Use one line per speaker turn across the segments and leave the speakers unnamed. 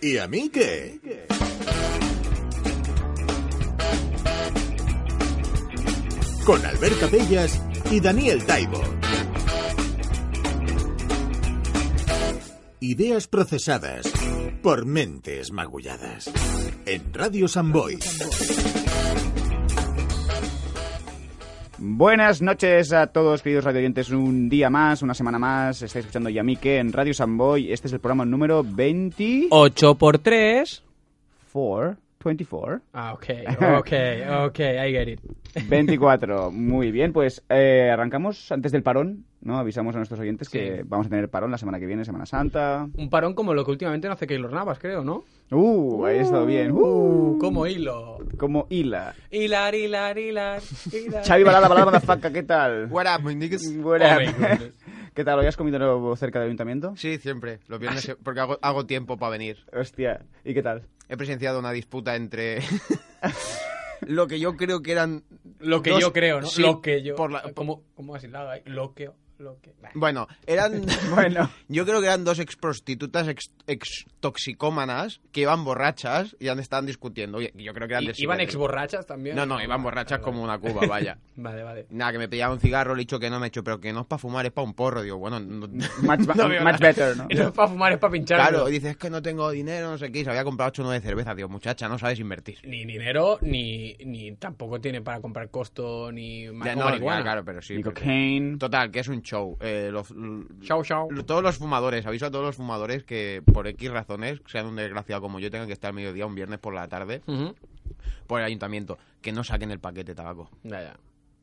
¿Y a mí qué? Con Albert Capellas y Daniel Taibo. Ideas procesadas por mentes magulladas. En Radio Samboy.
Buenas noches a todos, queridos radioyentes. Un día más, una semana más. Estáis escuchando Yamique en Radio Samboy. Este es el programa número 24.
8 por 3.
24.
Ah, ok, ok, ok, I get it.
24. Muy bien, pues eh, arrancamos antes del parón, ¿no? Avisamos a nuestros oyentes que vamos a tener parón la semana que viene, Semana Santa.
Un parón como lo que últimamente no hace Keylor Navas, creo, ¿no?
Uh, ahí he estado bien. Uh,
Como hilo.
como hila.
Hilar, hilar, hilar, hilar.
Xavi Balada, Balada, Madafaca, ¿qué tal?
What up, my niggas?
Buena.
Oh my goodness.
¿Qué tal? ¿Hoy has comido cerca del ayuntamiento?
Sí, siempre. Los viernes,
Ah.
porque hago, hago tiempo para venir.
Hostia, ¿y qué tal?
He presenciado una disputa entre lo que yo creo que eran...
Lo que
dos-
yo creo, ¿no?
sí,
lo que yo.
por la-
¿Cómo, cómo has hilado ahí? Lo que. Lo que. Bah.
Bueno, eran...
Bueno.
Yo creo que eran dos ex prostitutas, ex, ex toxicómanas, que iban borrachas y ya estaban discutiendo. Oye, Yo creo que eran de
¿Iban
Siberia.
ex borrachas también?
No, no, iban borrachas como una cuba, vaya.
Vale, vale.
Nada, que me pillaba un cigarro, le he dicho que no, me he dicho, pero que no es para fumar, es para un porro. Digo, bueno, no-
Much,
no veo
much
nada.
better, ¿no?
No es para fumar, es para pinchar.
Claro,
¿no?
y dices es que no tengo dinero, no sé qué, y se había comprado ocho o nueve cervezas. Digo, muchacha, no sabes invertir.
Ni dinero, ni, ni tampoco tiene para comprar costo, ni ma-
Ya,
o
no,
marihuana.
ya, claro, pero sí.
Nico
pero-
Kane.
Total, que es un show. Eh, los- l-
Chao, chao.
l- todos los fumadores, aviso a todos los fumadores que por X razones, sean un desgraciado como yo, tengan que estar al mediodía un viernes por la tarde
Ujú.
por el ayuntamiento, que no saquen el paquete de tabaco.
Ya, ya.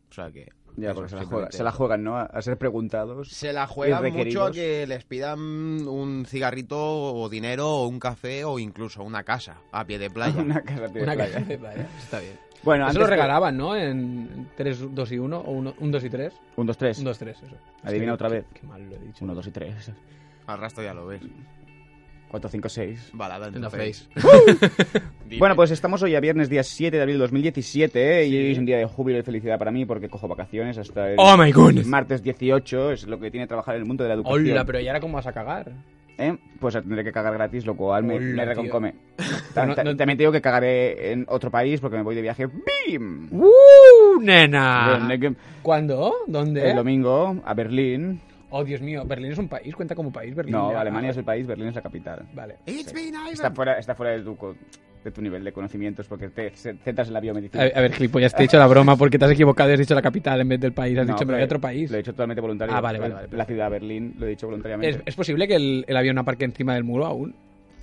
O sea que...
Ya,
eso,
porque se la, juega-
simplemente.
se la juegan, ¿no? A, a ser preguntados.
Se la juegan mucho
requeridos.
a que les pidan un cigarrito o dinero o un café o incluso una casa a pie de playa.
Una casa tiene
Una
playa.
caja de playa. Está bien.
Bueno,
Eso
antes
lo
que-
regalaban, ¿no? En 3, 2 y 1, o 1, 2 y 3.
Un, dos, tres.
1, 2, 3, eso.
Adivina
Es que-
otra vez.
Qué, qué mal lo he dicho.
Uno, dos y tres.
Al rastro ya lo ves.
Cuatro, cinco, seis.
Balada en
En la
tu
face.
Dice-
Bueno, pues estamos hoy a viernes, día 7 de abril de 2017, ¿eh? y hoy es un día de júbilo y felicidad para mí porque cojo vacaciones hasta el
¡Oh, my goodness!
martes 18, es lo que tiene trabajar en el mundo de la educación.
Hola, pero ¿y ahora cómo vas a cagar?
¿Eh? Pues tendré que cagar gratis, lo cual me,
Hola,
me
tío.
reconcome.
Pero
Ta-
no-
ta-
no-
También te digo que cagaré en otro país porque me voy de viaje. ¡Bim!
¡Uh, nena!
Donde que-
¿Cuándo? ¿Dónde?
El domingo a Berlín.
Oh, Dios mío, Berlín es un país, cuenta como país Berlín. ah,
No,
ya.
Alemania es el país, Berlín es la capital.
Vale.
It's been Ivan.
Está fuera, está fuera de, tu, co- de tu nivel de conocimientos porque te se- centras en la
A,
biomedicina.
a ver, Clipo, ya te he dicho la broma porque te has equivocado y has dicho la capital en vez del país. Has
No,
dicho, pero
pero
hay otro país.
Lo he dicho totalmente voluntario.
Ah, vale, vale, vale,
La
perfecto.
ciudad de Berlín lo he dicho voluntariamente.
¿Es, es posible que el, el avión aparque encima del muro aún?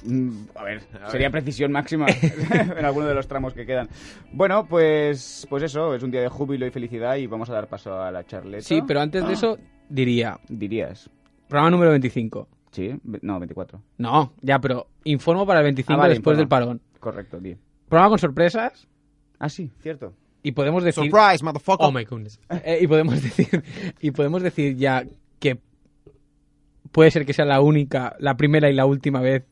Mm, A ver, sería precisión máxima en alguno de los tramos que quedan. Bueno, pues, pues eso, es un día de júbilo y felicidad y vamos a dar paso a la charleta.
Sí, pero
Ah.
antes de eso diría,
Dirías,
programa número 25.
sí, ve- no, 24.
No, ya, pero informo para el 25
Ah, vale,
después
informa.
del parón.
Correcto, 10.
Programa con sorpresas
Ah, sí, cierto.
y podemos decir...
Eh, Surprise, motherfucker.
Oh my goodness. Eh, y podemos decir y podemos decir ya que puede ser que sea la única, la primera y la última vez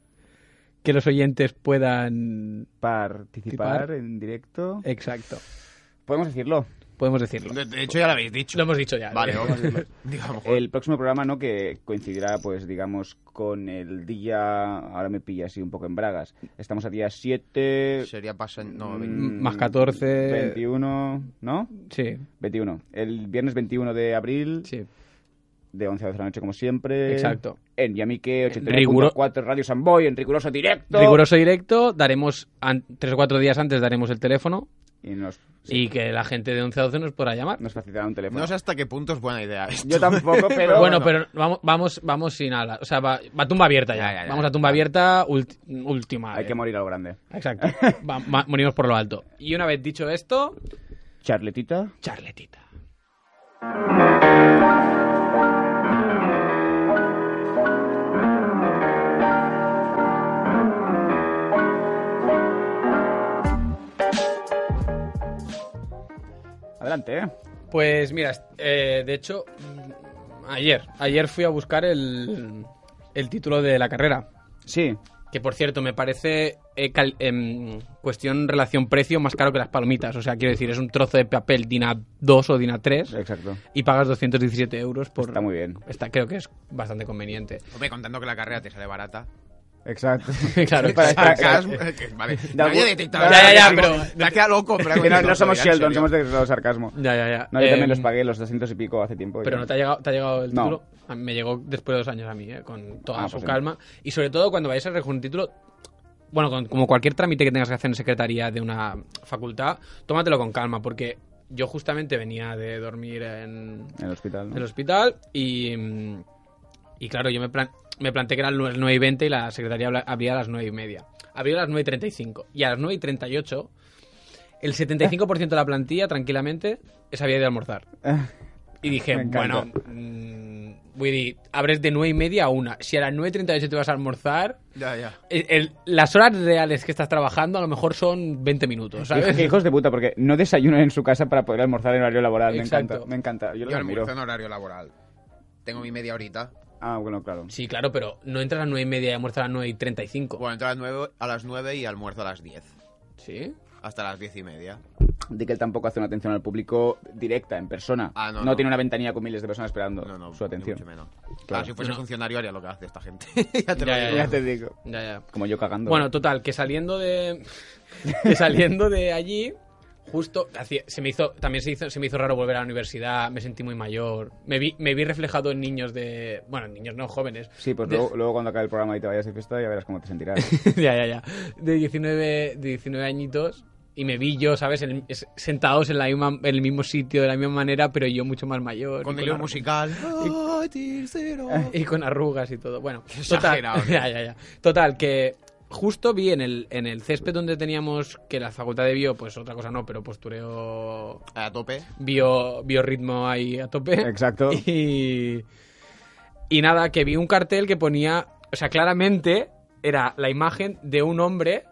que los oyentes puedan
Participar
Tipar.
en directo.
Eh. exacto.
Podemos decirlo.
Podemos decirlo.
de, de hecho, ya lo habéis dicho.
Lo hemos dicho ya.
Vale,
Eh,
vamos. Digamos.
El próximo programa, ¿no? Que coincidirá, pues, digamos, con el día... Ahora me pilla así un poco en bragas. Estamos a día 7...
Sería pasan... No,
Eh, mm,
Más 14.
21, ¿no?
Sí,
21. El viernes 21 de abril,
sí.
de 11 a 12 de la noche, como siempre.
Exacto.
En Yamique, 89.4,
Riguro-
Radio Samboy, en riguroso directo.
Riguroso directo, daremos an- tres o cuatro días antes daremos el teléfono
Y nos,
y que la gente de 11 a 12 nos podrá llamar.
nos facilitará un teléfono.
no sé hasta qué punto es buena idea esto.
Yo tampoco, pero...
Bueno, pero vamos, vamos, vamos sin ala. O sea, va, va tumba abierta ya.
Ya, ya, ya.
vamos a tumba abierta, ulti- última.
Hay
vez.
que morir a lo grande.
Exacto. Va- ma- morimos por lo alto. Y una vez dicho esto,
Charletita.
Charletita.
Adelante, ¿eh?
Pues mira, eh, de hecho, mm, ayer, ayer fui a buscar el, el título de la carrera.
Sí.
Que por cierto, me parece eh, cal- em, cuestión relación-precio más caro que las palomitas. O sea, quiero decir, es un trozo de papel DINA 2 o DINA 3
Exacto.
y pagas 217 euros por...
Está muy bien.
Está- creo que es bastante conveniente.
Hombre, contando que la carrera te sale barata.
Exacto.
claro,
Para esta-
Sacas- que- vale. Nadie
algún-
detectaba-
Ya, ya, ya, pero-
Me ha quedado loco. pero
Que no, no
lo
somos
dirán,
Sheldon,
serio.
somos de los sarcasmo.
Ya, ya, ya.
No, yo
Em,
también los pagué los 200 y pico hace tiempo. y-
Pero no te ha llegado, te ha llegado el
No.
título. A mí me llegó después de dos años a mí, ¿eh? con toda
Ah,
su
pues
calma. Y sobre todo cuando vayas a recoger un título, bueno, con- como cualquier trámite que tengas que hacer en secretaría de una facultad, tómatelo con calma, porque yo justamente venía de dormir en
En el hospital. ¿no?
el hospital y, mm, y claro, yo me, plan- me planteé que eran las 9 y 20 y la secretaría habla- abría a las 9 y media. Abrió a las 9 y 35 y a las 9 y 38 el 75% de la plantilla tranquilamente se había ido a almorzar. Y dije,
Me encanta.
bueno, mm, vull dir, abres de 9 y media a 1. Si a las 9.38 te vas a almorzar,
Ya, ya.
el- el- las horas reales que estás trabajando a lo mejor son 20 minutos,
Qué
¿sabes?
hijos de puta, porque no desayunan en su casa para poder almorzar en horario laboral.
Exacto.
Me encanta, me encanta. Yo
Yo
lo admiro.
almuerzo en horario laboral. Tengo mi media horita.
Ah, bueno, claro.
Sí, claro, pero no entras a las 9 y media y almuerzas a las 9 y 35.
Bueno, entro a las 9, a las 9 y almuerzo a las 10.
Sí.
Hasta las 10 y media.
De que él tampoco hace una atención al público directa, en persona.
Ah, no, no.
tiene una ventanilla con miles de personas esperando
No, no,
su
ni
atención.
mucho menos. Claro,
Claro.
si fuese
No.
funcionario haría lo que hace esta gente. ya te lo
Ya, ya,
digo.
Ya te digo.
Ya, ya.
Como yo cagando.
Bueno, total, que saliendo de. que saliendo de allí. Justo hacía- se me hizo, también se, hizo, se me hizo raro volver a la universidad, me sentí muy mayor, me vi, me vi reflejado en niños de... Bueno, en niños no, jóvenes.
Sí, pues
De-
luego, luego cuando acabe el programa y te vayas de fiesta ya verás cómo te sentirás.
ya, ya, ya. De 19, de 19 añitos. Y me vi yo, ¿sabes? En- es- sentados en, la misma, en el mismo sitio, de la misma manera, pero yo mucho más mayor.
Con
y
hilo
arru-
musical. Ay, tercero.
Y con arrugas y todo. Bueno, total,
exagerado, tío.
ya, ya, ya. total, que justo vi en el, en el césped donde teníamos que la facultad de bio, pues otra cosa no, pero postureo
A tope.
bio, biorritmo ahí a tope.
Exacto.
Y, y nada, que vi un cartel que ponía, o sea, claramente era la imagen de un hombre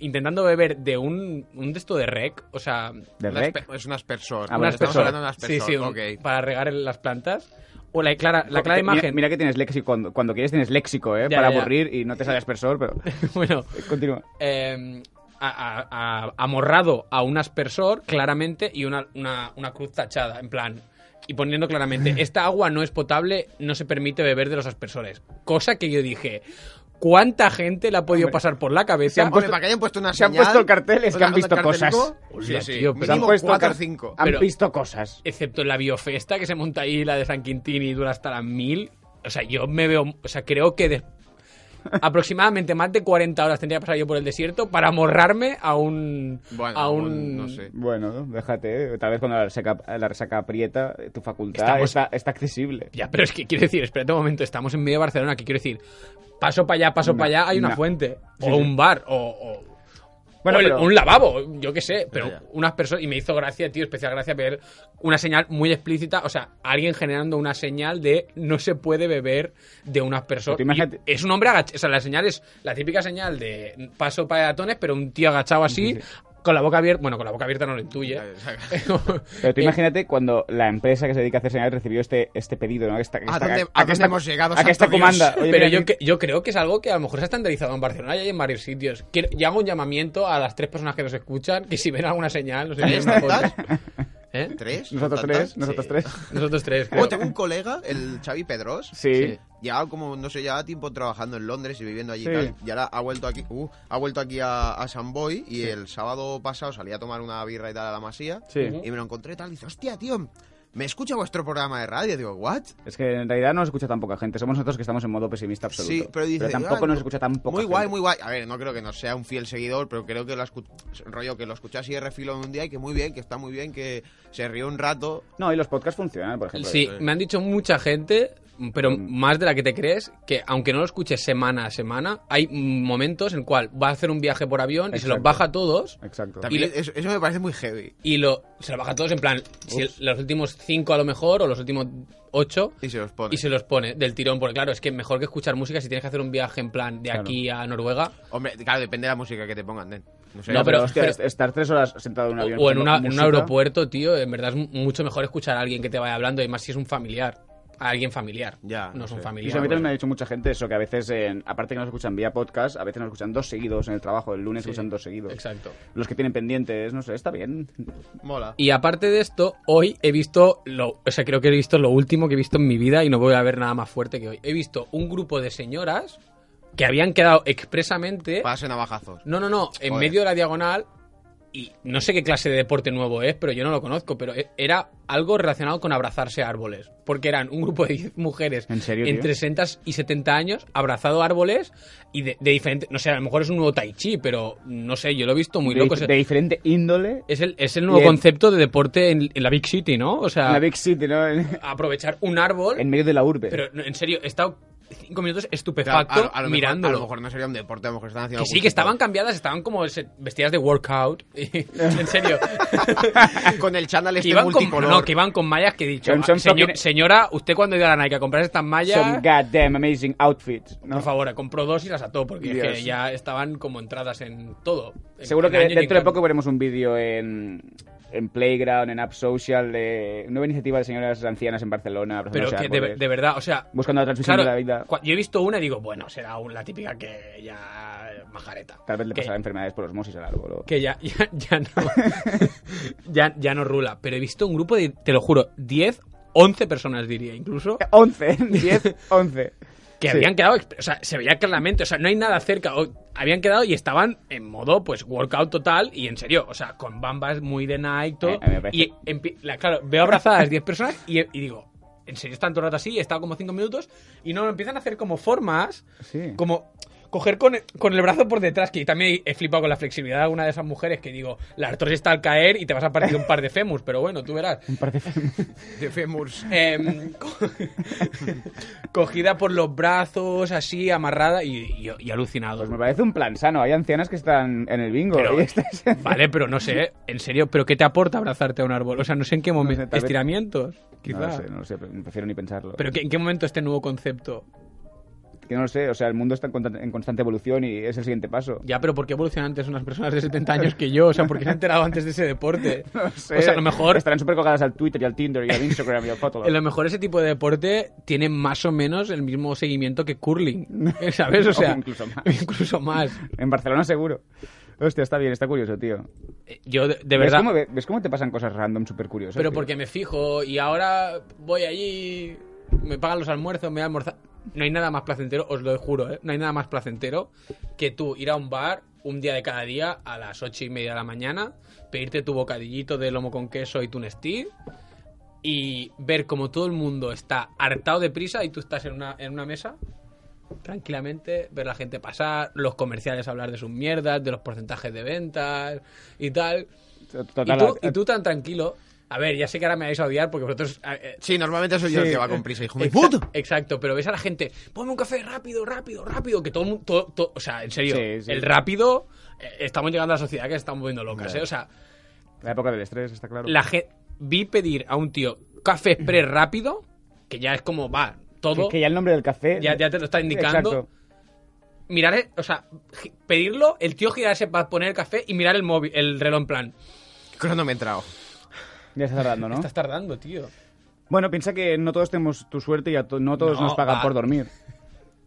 intentando beber de un, un de esto de rec, o sea,
¿De
Una
rec?
espe- Es un aspersor.
Ah,
un
bueno,
Estamos
aspersor.
hablando de un aspersor.
Sí, sí, un-
ok.
para regar las plantas. O la clara, la clara
Mira-
imagen.
Mira, que tienes léxico. Cuando, cuando quieres tienes léxico, ¿eh?
Ya,
para
ya, ya.
aburrir y no te sale aspersor, pero.
bueno,
Continúa.
eh, a- a- a- amorrado a un aspersor claramente y una, una- una cruz tachada, en plan, y poniendo claramente, esta agua no es potable, no se permite beber de los aspersores. Cosa que yo dije, ¿cuánta gente la ha podido pasar por la cabeza?
se han
Hombre,
puesto-
para que hayan puesto una
se han
señal,
puesto el cartel, es
o
que han
sea,
visto
el cartelico,
cosas.
Hostia,
sí, sí.
tío,
Se Pues han
mínimo
puesto.
cuatro o
car-
cinco.
Han
Pero-
visto cosas.
Excepto en la biofesta que se monta ahí, la de San Quintín y dura hasta las mil. O sea, yo me veo, o sea, creo que de- aproximadamente más de 40 horas tendría que pasar yo por el desierto para amorrarme a un...
Bueno,
a
un- ¿Eh?
un...
no sé.
Bueno, déjate. ¿eh? Tal vez cuando la resaca, la resaca aprieta, eh, tu facultad
Estamos-
está, está accesible.
Ya, pero es que quiero decir, espérate un momento, estamos en medio de Barcelona, que quiero decir, paso para allá, paso
No,
para allá, hay una
no.
fuente,
Sí,
o
sí.
un bar, o, o-
Bueno,
o el-
pero-
un lavabo, yo qué sé, pero
Ya, ya.
unas personas, y me hizo gracia, tío, especial gracia ver una señal muy explícita, o sea, alguien generando una señal de no se puede beber de unas personas.
Tú imagínate-
Es un hombre agachado, o sea, la señal es la típica señal de paso para peatones, pero un tío agachado así, con la boca abierta, bueno, con la boca abierta no lo intuye.
Eh, Pero tú
Eh,
imagínate cuando la empresa que se dedica a hacer señales recibió este, este pedido, ¿no? Esta, esta-
dónde- a dónde hemos llegado,
A que esta
santo
comanda.
Dios?
Oye,
pero
mira,
yo,
aquí-
que- yo creo que es algo que a lo mejor se ha estandarizado en Barcelona y en varios sitios. Quiero- y hago un llamamiento a las tres personas que nos escuchan que si ven alguna señal, nos envíen una foto. ¿Eh?
¿Tres?
Nosotros
¿Tantas?
tres, nosotros
Sí.
tres.
Nosotros tres. creo.
Oh, tengo un colega, el Xavi Pedros.
Sí.
Sí.
Llevaba como, no sé, llevaba tiempo trabajando en Londres y viviendo allí
Sí.
y tal. Y ahora ha vuelto aquí, uh, ha vuelto aquí a, a Samboy y el sábado pasado salí a tomar una birra y tal a la masía.
Sí.
Y me lo encontré y tal. Y dice, hostia, tío, me escucha vuestro programa de radio. Digo, ¿what?
Es que en realidad no nos escucha tan poca gente. Somos nosotros que estamos en modo pesimista absoluto.
Sí, pero dice.
tampoco
"Ah,
nos escucha tan poca
Muy
gente.
guay, muy guay. A ver, no creo que no sea un fiel seguidor, pero creo que lo escu- rollo que lo escuché así de refilón un día y que muy bien, que está muy bien, que se rió un rato.
No, y los podcasts funcionan, por ejemplo.
Sí, me han dicho mucha gente pero más de la que te crees, que aunque no lo escuches semana a semana, hay momentos en cual va a hacer un viaje por avión y se los
Exacto.
baja a todos.
Exacto.
También
Y le-
eso, eso me parece muy heavy.
Y lo, se los baja a todos en plan, si el- los últimos cinco a lo mejor, o los últimos ocho,
Y se los pone.
y se los pone del tirón. Porque claro, es que mejor que escuchar música si tienes que hacer un viaje en plan de
Claro.
aquí a Noruega.
Hombre, claro, depende de la música que te pongan, Nen. No sé.
No, pero-
hostia,
pero-
est- estar tres horas sentado en un avión
o en,
escuchando
una- en un
música,
aeropuerto, tío, en verdad es mu- mucho mejor escuchar a alguien que te vaya hablando, y más si es un familiar. A alguien familiar.
Ya,
No,
no
es un
sé.
Y eso a mí
familiar.
también me ha dicho mucha gente eso, que a veces, en- aparte que nos escuchan vía podcast, a veces nos escuchan dos seguidos en el trabajo, el lunes escuchan dos seguidos.
Exacto.
Los que tienen pendientes, no sé, está bien.
Mola.
Y aparte de esto, hoy he visto, lo, o sea, creo que he visto lo último que he visto en mi vida y no voy a ver nada más fuerte que hoy. He visto un grupo de señoras que habían quedado expresamente...
Pase navajazos.
No, no, no, en
Joder.
medio de la diagonal y no sé qué clase de deporte nuevo es, pero yo no lo conozco, pero e- era algo relacionado con abrazarse a árboles, porque eran un grupo de 10 mujeres
¿En serio, tío?
entre 60 y 70 años abrazado a árboles y de, de diferente, no sé, a lo mejor es un nuevo tai chi, pero no sé, yo lo he visto muy
de,
loco.
dif-
se-
de diferente índole.
es el, es el nuevo
Y en-
concepto de deporte en, en la Big City, ¿no? O
En la
sea,
Big City, ¿no? En,
aprovechar un árbol.
en medio de la urbe.
Pero no, en serio, he estado cinco minutos
Claro,
estupefacto
a, a lo
mirándolo.
Mejor, a lo mejor no sería un deporte, a lo mejor están haciendo.
que sí, que estaban cambiadas, estaban como se- vestidas de workout. en serio.
cambiando. Con el channel
que,
este
iban con,
multicolor.
no, que iban con mallas que he dicho.
Son- son
"Señor-
fucking-
señora, usted cuando iba a la Nike a comprar estas
Some
mallas.
goddamn amazing outfits. ¿no?
Por favor, compró dos y las ató, porque es que
Dios.
ya estaban como entradas en todo. En-
Seguro
en
que
año y en
dentro de
cambio.
poco veremos un vídeo en, en Playground, en App Social, de nueva iniciativa de señoras ancianas en Barcelona.
Pero
abrazándose
que
a
de,
árboles,
de verdad, o sea,
Buscando la transmisión
Claro,
de la vida.
cua- yo he visto una y digo, bueno, será un- la típica que ya eh, majareta.
Tal vez le
que,
pasará enfermedades por osmosis al árbol. o-
que ya, ya, ya no. ya, ya no rula. Pero he visto un grupo de, te lo juro, 10, 11 personas diría incluso,
11, 10, 11.
que
Sí.
habían quedado, exp- o sea, se veía claramente, o sea, no hay nada cerca. o- habían quedado y estaban en modo, pues, workout total y en serio, o sea, con bambas muy de Nike. todo,
Eh, a mí me parece-
y empi- la- claro, veo abrazadas 10 personas y, y digo, en serio, están todo el rato así, he estado como 5 minutos y no, empiezan a hacer como formas.
Sí.
como coger con, con el brazo por detrás, que también he flipado con la flexibilidad de alguna de esas mujeres que digo, la artrosis está al caer y te vas a partir un par de fémurs, pero bueno, tú verás.
De fémurs.
Em, co- cogida por los brazos, así, amarrada y, y- y alucinado.
Pues me parece un plan sano. Hay ancianas que están en el bingo.
Pero-
y estas-
Vale, pero no sé, ¿eh? en serio, ¿pero qué te aporta abrazarte a un árbol? O sea, no sé en qué momento.
tal vez-
Estiramientos,
No lo
quizás.
sé, no lo sé. Prefiero ni pensarlo.
Pero que- ¿en qué momento este nuevo concepto?
Que no lo sé. O sea, el mundo está en contan- en constante evolución y es el siguiente paso.
Ya, pero ¿por qué evolucionan antes unas personas de 70 años que yo? O sea, ¿por qué se han enterado antes de ese deporte?
No sé.
o sea, Pues a lo mejor
Estarán súper colgadas al Twitter y al Tinder y al Instagram y al Fotolog.
A lo mejor ese tipo de deporte tiene más o menos el mismo seguimiento que curling, ¿sabes? O
O
sea,
incluso más.
incluso más.
En Barcelona seguro. Hostia, está bien, está curioso, tío.
Eh, Yo, de, de
¿Ves
verdad,
Cómo, ve- ¿Ves cómo te pasan cosas random súper curiosas?
pero
tío?
porque me fijo y ahora voy allí, me pagan los almuerzos, me voy a almorzar. No hay nada más placentero, os lo juro, ¿eh? No hay nada más placentero que tú ir a un bar un día de cada día a las ocho y media de la mañana, pedirte tu bocadillito de lomo con queso y tunestí y ver como todo el mundo está hartado de prisa y tú estás en una, en una mesa tranquilamente, ver la gente pasar, los comerciales hablar de sus mierdas, de los porcentajes de ventas y tal.
Total,
y, tú,
a-
y tú tan tranquilo. A ver, ya sé que ahora me vais a odiar porque vosotros... eh, eh,
Sí, normalmente soy yo
Sí.
el que va con prisa, hijo de
exa-
puta.
Exacto, pero ves a la gente, ponme un café rápido, rápido, rápido, que todo el mundo... todo- todo- o sea, en serio,
Sí, sí.
el rápido... eh, estamos llegando a la sociedad que se están moviendo locas, ¿eh? O sea,
La época del estrés, está claro.
la gente... Vi pedir a un tío café express rápido, que ya es como, va, todo...
Que, que ya el nombre del café.
Ya- ya te lo está indicando.
Exacto.
mirar, eh, o sea, gi- pedirlo, el tío girarse para poner el café y mirar el móvil, el reloj en plan.
Cronometrado.
Ya está tardando, ¿no?
Estás tardando, tío.
Bueno, piensa que no todos tenemos tu suerte y a to- no todos
No,
nos pagan
va.
por dormir.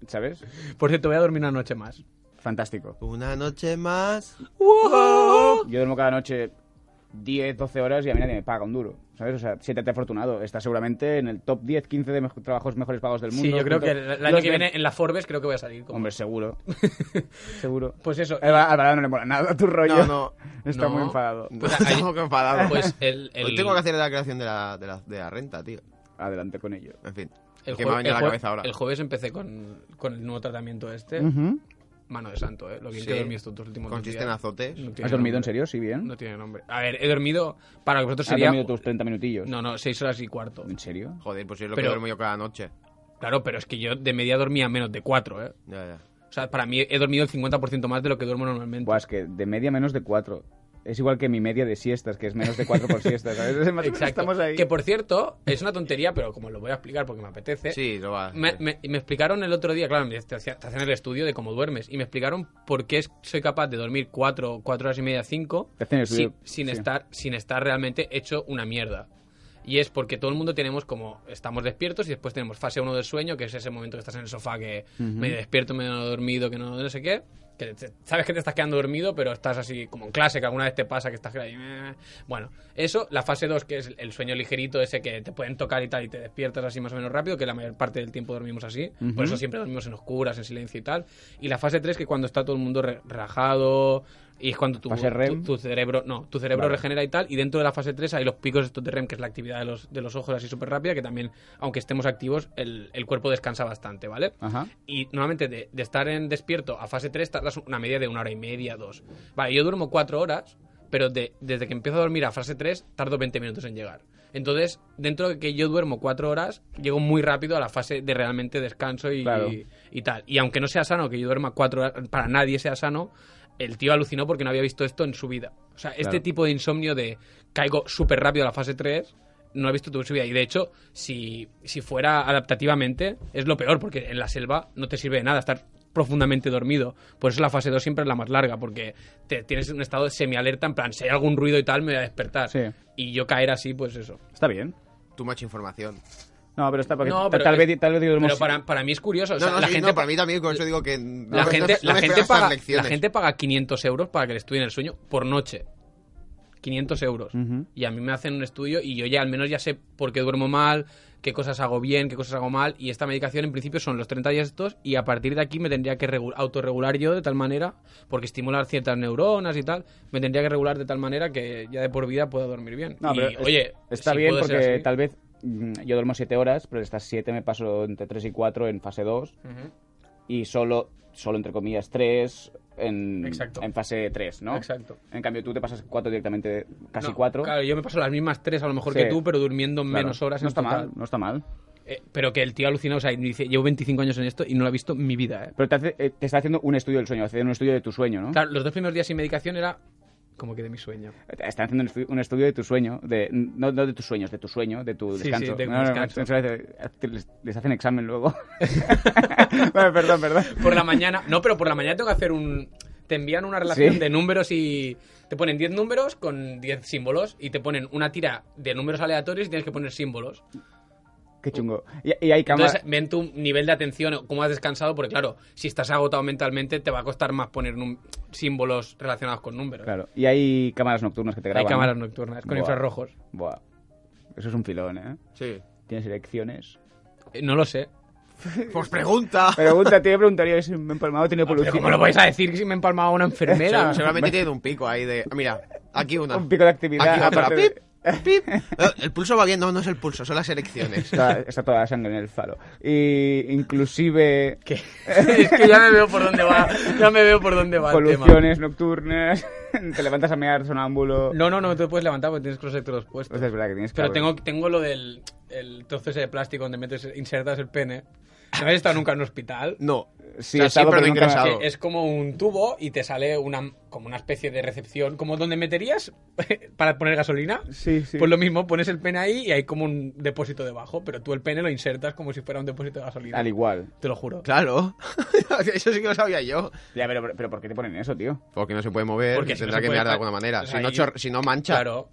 ¿Sabes?
Por cierto, voy a dormir una noche más.
Fantástico.
Una noche más.
Yo duermo cada noche 10, 12 horas y a mí nadie me paga un duro. ¿Sabes? O sea, siéntete afortunado. Estás seguramente en el top 10, 15 de mejo- trabajos mejores pagos del mundo.
Sí, yo creo
junto-
que el el año
los
que
de-
viene en la Forbes creo que voy a salir. como-
Hombre, Eh, seguro. seguro.
Pues eso.
Eva- a Alvarado no le mola nada tu rollo.
No, no.
Está
No.
muy enfadado.
Pues ahí-
Estamos enfadados.
Pues el, el-
Hoy tengo que hacer la creación de la, de, la, de la renta, tío.
Adelante con ello.
En fin.
el
que
jue-
me ha venido a
el
la
jue-
cabeza ahora.
el jueves empecé con, con el nuevo tratamiento este.
Ujú.
Mano de santo, ¿eh? Lo bien
Sí.
que dormí estos dos últimos dos
Consiste en
días.
azotes.
No tiene
¿Has dormido en
nombre.
serio? Sí, bien.
No tiene nombre. A ver, he dormido... Para que vosotros
¿Has
sería...
dormido tus 30 minutillos?
No, no, seis horas y cuarto.
¿En serio?
Joder, pues yo lo
Pero-
que duermo yo cada noche.
Claro, pero es que yo de media dormía menos de 4, ¿eh?
Ya, ya.
O sea, para mí he dormido el 50% más de lo que duermo normalmente.
Buah, es que de media menos de 4. Es igual que mi media de siestas, que es menos de 4 por siestas. ¿sabes? Es más o menos
Exacto.
Estamos ahí.
Que por cierto, es una tontería, pero como lo voy a explicar porque me apetece.
Sí, lo va.
Eh, Me, me- me explicaron el otro día, claro, me- te hacía- te hacían el estudio de cómo duermes. Y me explicaron por qué es- soy capaz de dormir 4, 4 horas y media, 5
Te hacen el estudio,
sin, sin
sí.
estar, sin estar realmente hecho una mierda. Y es porque todo el mundo tenemos como estamos despiertos y después tenemos fase 1 del sueño, que es ese momento que estás en el sofá que medio despierto, medio dormido, que no, no sé qué. Que te- sabes que te estás quedando dormido, pero estás así como en clase, que alguna vez te pasa que estás ahí. eh. Bueno, eso, la fase 2, que es el sueño ligerito, ese que te pueden tocar y tal, y te despiertas así más o menos rápido, que la mayor parte del tiempo dormimos así. Por eso siempre dormimos en oscuras, en silencio y tal. Y la fase 3, que cuando está todo el mundo re- relajado. Y es cuando tu,
Fase REM.
tu- tu cerebro, no, tu cerebro regenera y tal, y dentro de la fase 3 hay los picos estos de REM, que es la actividad de los, de los ojos así súper rápida, que también, aunque estemos activos, el, el cuerpo descansa bastante, ¿vale?
Ajá.
Y normalmente de, de estar en despierto a fase 3 tardas una media de una hora y media, dos. Vale, yo duermo cuatro horas, pero de- desde que empiezo a dormir a fase 3 tardo 20 minutos en llegar. Entonces, dentro de que yo duermo cuatro horas, llego muy rápido a la fase de realmente descanso y,
Claro.
y- y tal. Y aunque no sea sano que yo duerma cuatro horas, para nadie sea sano, el tío alucinó porque no había visto esto en su vida. O sea, este
Claro.
tipo de insomnio de caigo súper rápido a la fase 3, no he visto tu su vida. Y de hecho, si, si fuera adaptativamente, es lo peor, porque en la selva no te sirve de nada estar profundamente dormido. Por eso la fase 2 siempre es la más larga, porque te, tienes un estado de semialerta, en plan, si hay algún ruido y tal, me voy a despertar.
Sí.
Y yo caer así, pues eso.
Está bien.
Too much información.
No, pero está porque
No,
ta-
pero
tal,
es-
vez, tal vez digamos-
Pero para, para mí es curioso. o
No,
sea,
no,
la
sí,
gente
no, para mí también, con eso digo que. no
la
me-
gente,
no
la
me
gente
esperas tantas
paga, la
lecciones.
gente paga 500 euros para que le estudien el sueño por noche. 500 euros. Y a mí me hacen un estudio y yo ya al menos ya sé por qué duermo mal, qué cosas hago bien, qué cosas hago mal. Y esta medicación en principio son los 30 días estos y a partir de aquí me tendría que regu- autorregular yo de tal manera, porque estimular ciertas neuronas y tal, me tendría que regular de tal manera que ya de por vida pueda dormir bien.
No,
Y,
pero es-
oye,
está
si
bien
puedo ser
porque
así-
tal vez mm, yo duermo 7 horas, pero estas 7 me paso entre 3 y 4 en fase 2
Ujú.
y solo, solo entre comillas 3 en,
Exacto.
en fase 3, ¿no?
Exacto.
En cambio tú te pasas 4 directamente, casi
No,
4.
Claro, yo me paso las mismas tres a lo mejor
Sí.
que tú, pero durmiendo menos horas.
No
en
está
total.
mal, no está mal.
Eh, pero que el tío alucina, o sea, y dice, llevo 25 años en esto y no lo ha visto en mi vida, ¿eh?
Pero te, hace- eh, te está haciendo un estudio del sueño, haciendo un estudio de tu sueño, ¿no?
Claro, los dos primeros días sin medicación era como que de mi sueño.
Te Están haciendo un, estu- un estudio de tu sueño, de, no, no de tus sueños, de tu sueño, de tu
Sí,
descanso.
sí, de
No, no,
descanso.
no, les- les, les hacen examen luego. Vale, perdón, perdón.
Por la mañana, no, pero por la mañana tengo que hacer un... Te envían una relación
Sí.
de números y te ponen 10 números con 10 símbolos y te ponen una tira de números aleatorios y tienes que poner símbolos.
Qué chungo. Y, y hay cámara.
Entonces ven tu nivel de atención, o cómo has descansado, porque claro, si estás agotado mentalmente te va a costar más poner num- símbolos relacionados con números.
Claro. Y hay cámaras nocturnas que te
Hay
graban.
cámaras
¿no?
nocturnas con
Buah.
infrarrojos.
Buah. Eso es un filón, ¿eh?
Sí.
Tienes elecciones.
Eh, no lo sé.
Pues pregunta.
Pregunta, te preguntaría si me he empalmado o tenido
Pero
polución.
¿Cómo lo vais a decir si me he empalmado a una enfermera?
Seguramente tiene un pico ahí de. ah, Mira, aquí una.
Un pico de actividad.
Aquí otra.
aparte de-
Pip, pip. Eh, El pulso va bien. No, no es el pulso, son las elecciones.
Está, está toda la sangre en el faro. Y inclusive
es que ya me veo por dónde va. Ya me veo por dónde va el tema.
poluciones nocturnas. te levantas a mear sonámbulo.
No, no, no te puedes levantar porque tienes que los sectores
O
puestos.
sea, es verdad que tienes que
Pero tengo, tengo lo del el trozo ese de plástico donde metes, insertas el pene. ¿No habéis estado nunca en un hospital?
No.
Sí,
O sea,
estaba,
pero
pero
no
nunca-
ingresado.
Que es como un tubo y te sale una, como una especie de recepción, como donde meterías para poner gasolina.
Sí, sí.
Pues lo mismo, pones el pene ahí y hay como un depósito debajo, pero tú el pene lo insertas como si fuera un depósito de gasolina.
Al igual.
Te lo juro.
Claro. Eso sí que lo sabía yo.
Ya, pero, pero ¿por qué te ponen eso, tío?
Porque no se puede mover.
Porque
Porque
si no
tendrá
se
que
puede
mirar de
pa-
alguna manera.
pues
Si no,
ahí-
chor- si no mancha.
Claro.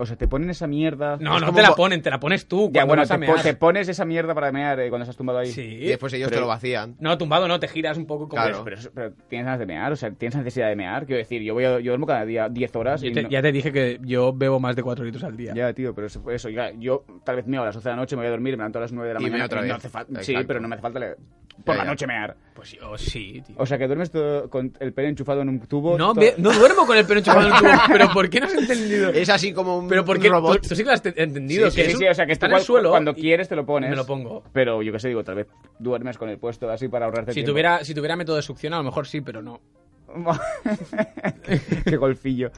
O sea, te ponen esa mierda.
No,
Es
no
como
te la
un bo-
ponen, te la pones tú.
Ya,
cuando
bueno,
vas a
te, po-
mear.
te pones esa mierda para mear eh, cuando estás tumbado ahí.
Sí.
Y después ellos te lo vacían.
No, tumbado no, te giras un poco como.
Claro.
Pero, eso- pero tienes ganas de mear, o sea, tienes necesidad de mear. Quiero decir, yo voy a- yo duermo cada día 10 horas.
Yo
y
te-
no-
Ya te dije que yo bebo más de 4 litros al día.
Ya, tío, pero eso, eso, ya, yo tal vez meo a las 11 de la noche, me voy a dormir, me levanto a las 9 de la
Y
mañana.
meo otra
y no
vez.
hace fal-
Exacto.
sí, pero no me hace falta le- por
Ya,
la
ya.
noche mear.
Pues yo sí, tío.
O sea, que duermes todo con el pelo enchufado en un tubo.
No,
todo-
ve- no duermo con el pelo enchufado en el tubo. Pero ¿por qué no has entendido?
Es así como un,
Pero ¿por
un
qué?
robot.
Tú, tú sí que lo has te- entendido.
Sí,
que
sí,
es un-
sí, o sea, que
está
tú
en el
cual-
suelo.
Cuando
y-
quieres te lo pones.
me lo pongo.
Pero yo qué sé, digo, tal vez duermes con el puesto así para ahorrarte
Si
tiempo.
tuviera, si tuviera método de succión, a lo mejor sí, pero no.
qué golfillo.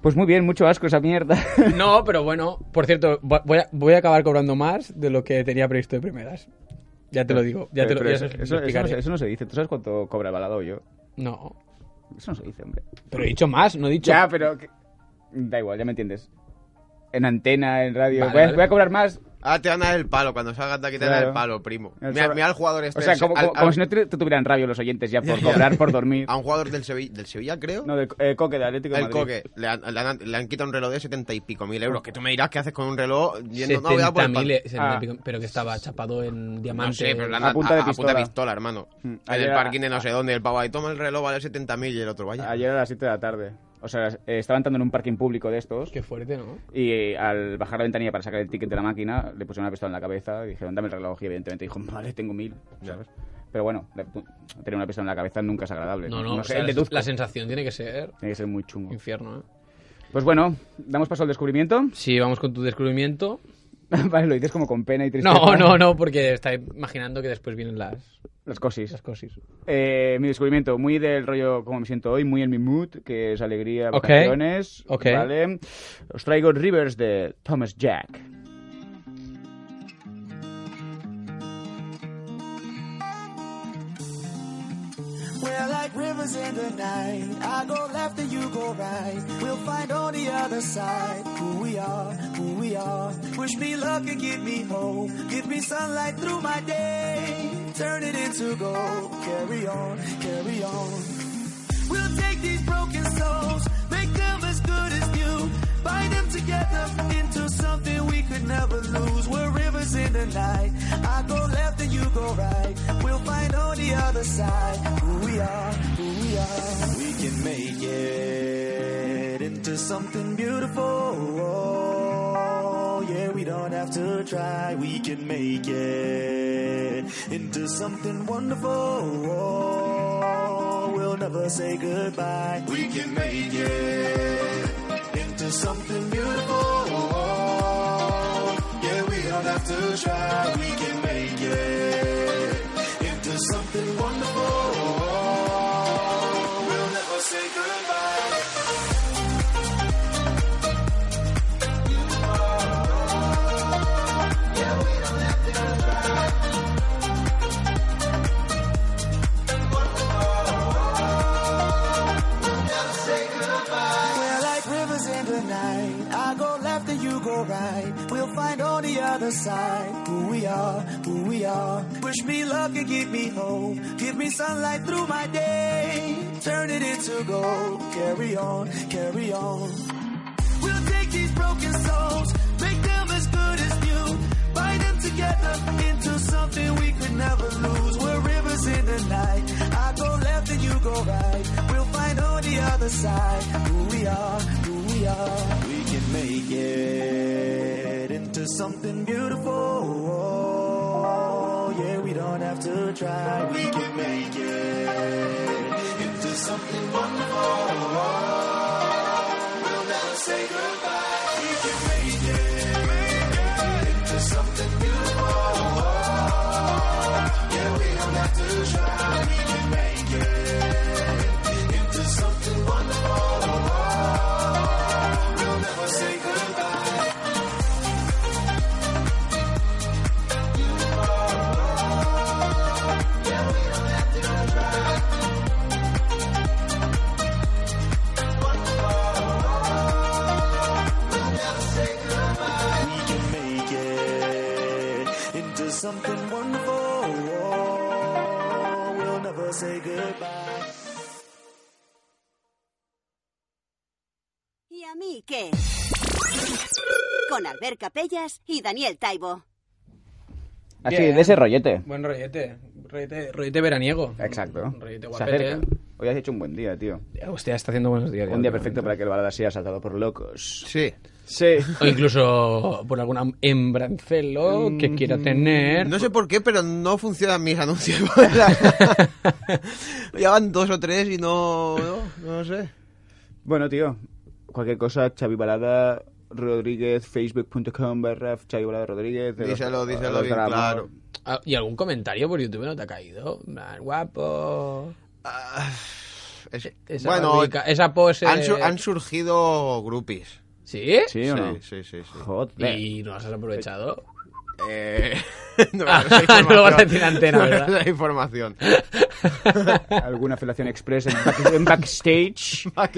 Pues muy bien, mucho asco esa mierda.
No, pero bueno, por cierto, va- voy a, voy a acabar cobrando más de lo que tenía previsto de primeras. Ya te lo digo, ya te
Pero
lo, ya
eso,
os- os
eso- eso no
explicaré.
se, eso no se dice. ¿Tú sabes cuánto cobra el balado yo?
No,
Eso no se dice, hombre.
pero he dicho más, no he dicho.
Ya, pero... que- Da igual, ya me entiendes. En antena, en radio...
Vale,
voy, a,
vale.
voy a cobrar más.
Ah, te van a dar el palo. Cuando salgas de aquí te van a dar el
Claro.
palo, primo.
El
Mira,
sobra-
mira al jugador este.
O sea,
del Se-
como,
al-
como- como
al-
si no te- te tuvieran radio los oyentes ya por
Ya, ya.
cobrar, por dormir.
A un jugador del Sevilla, del Sevilla creo.
No, del eh, Coque, de Atlético de
El
Madrid.
coque, le han, le han- le han quitado un reloj de 70 y pico mil euros. Que tú me dirás qué haces con un reloj yendo no, voy a por el
70
pan.
mil, eh,
Ah.
pero que estaba chapado en diamante.
No sé, pero le han
A
Ah,
dado-
punta de pistola.
hermano.
Mm.
En
Ayer
el
a-
parking de no sé dónde, el pavo ahí toma el reloj, vale 70 mil y el otro, vaya.
Ayer a las 7 de la tarde. O sea, eh, estaba entrando en un parking público de estos.
Qué fuerte, ¿no?
Y eh, al bajar la ventanilla para sacar el ticket de la máquina, le pusieron una pistola en la cabeza y dijeron, dame el reloj. Y evidentemente dijo, vale, tengo mil, ¿sabes? Pero bueno, le- tener una pistola en la cabeza nunca es agradable.
No, no, o
sé,
sea, la,
deduzco.
la sensación tiene que ser
Tiene que ser muy chungo.
infierno, ¿eh?
Pues bueno, damos paso al descubrimiento.
Si vamos con tu descubrimiento.
vale, lo dices como con pena y tristeza.
No, no, no, porque está imaginando que después vienen las,
Las cosis.
las cosas.
Eh, mi descubrimiento, muy del rollo como me siento hoy, muy en mi mood, que es alegría,
Ok.
vacaciones.
Ok.
¿vale? Os traigo Rivers de Thomas Jack.
We're like rivers in the night. I go left and you go right. We'll find on the other side who we are, who we are. Wish me luck and give me hope. Give me sunlight through my day. Turn it into gold. Carry on, carry on. We'll take these broken souls, make them as good as new. Bind them together into something we could never lose. We're rivers in the night. I go left and you go right. We'll find on the other side who we are, who we are. We can make it into something beautiful. Oh, yeah, we don't have to try. We can make it into something wonderful. Oh, we'll never say goodbye. We can make it into something beautiful. Yeah, we don't have to try. We can make it into something wonderful. We'll never say goodbye. We're like rivers in the night. I go left and you go right. We'll find on the other side who we are, who we are. Wish me luck and give me hope. Give me sunlight through my day. Turn it into gold. Carry on, carry on. We'll take these broken souls, make them as good as new. Bind them together into something we could never lose. We're rivers in the night. I go left and you go right. We'll find on the other side who we are, who we are. We can make it into something beautiful. Oh, yeah, we don't have to try. We can make it into something wonderful. We'll never say goodbye. We can make it into something beautiful. Yeah, we don't have to try. We can make it into something wonderful. We'll never say goodbye. we can make it into something wonderful. We'll never say goodbye.
¿Y a mí qué? Con Albert Capellas y Daniel Taibo.
Así,
Bien.
Ah, de ese rollete.
Buen rollete, rollete, rollete veraniego.
Exacto.
Rollete
Se
guapete. ¿eh?
acerca. Hoy has hecho un buen día, tío.
Hostia, está haciendo buenos días.
Un día perfecto para que el balada sea asaltado por locos.
Sí.
Sí.
O incluso por alguna embrancelo que quiera tener.
No sé por qué, pero no funcionan mis anuncios. ¿verdad? ya van dos o tres y no. No, no sé.
Bueno, tío, cualquier cosa, Xavi Balada, Rodríguez, facebook.com barra Xavi Balada Rodríguez. de los-
Díselo,
de
díselo
los
bien
dramas.
claro.
Ah, ¿Y algún comentario por YouTube no te ha caído? En plan, guapo.
Ah, Es-
Esa
bueno,
barbica, esa pose.
han, su- han surgido groupies.
¿Sí?
¿Sí o no?
sí, sí, sí.
Joder.
¿Y no las has aprovechado?
Eh, no,
Ah,
esa información-
no lo vas a decir en antena, ¿verdad?
esa información.
¿Alguna felación express en, back- en backstage?
Ah,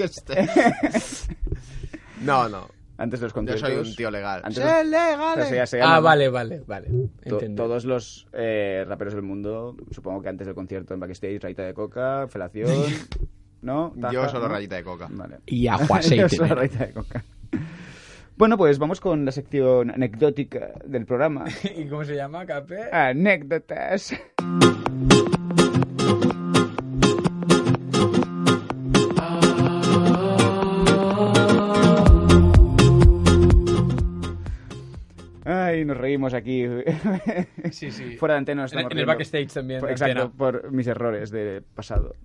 no, no.
Antes de los
Yo
conciertos.
soy un tío legal.
Antes
¡Sé
de-
legal! eh.
Eso ya se
Ah,
llama-
vale, vale, vale.
To-
Entendí.
todos los eh, raperos del mundo, supongo que antes del concierto en backstage, rayita de coca, felación. ¿No?
Yo
Taja,
solo
¿no?
rayita de coca.
Vale.
Y agua aceite,
Yo solo
mira.
rayita de coca. Bueno, pues vamos con la sección anecdótica del programa.
¿Y cómo se llama, Capé?
Ah,
Anécdotas. Ay, nos reímos aquí.
Sí, sí.
Fuera de antena nos
En-
estamos
en el
riendo.
backstage también,
Por-
Pues
de
exacto,
antena.
por mis errores de pasado.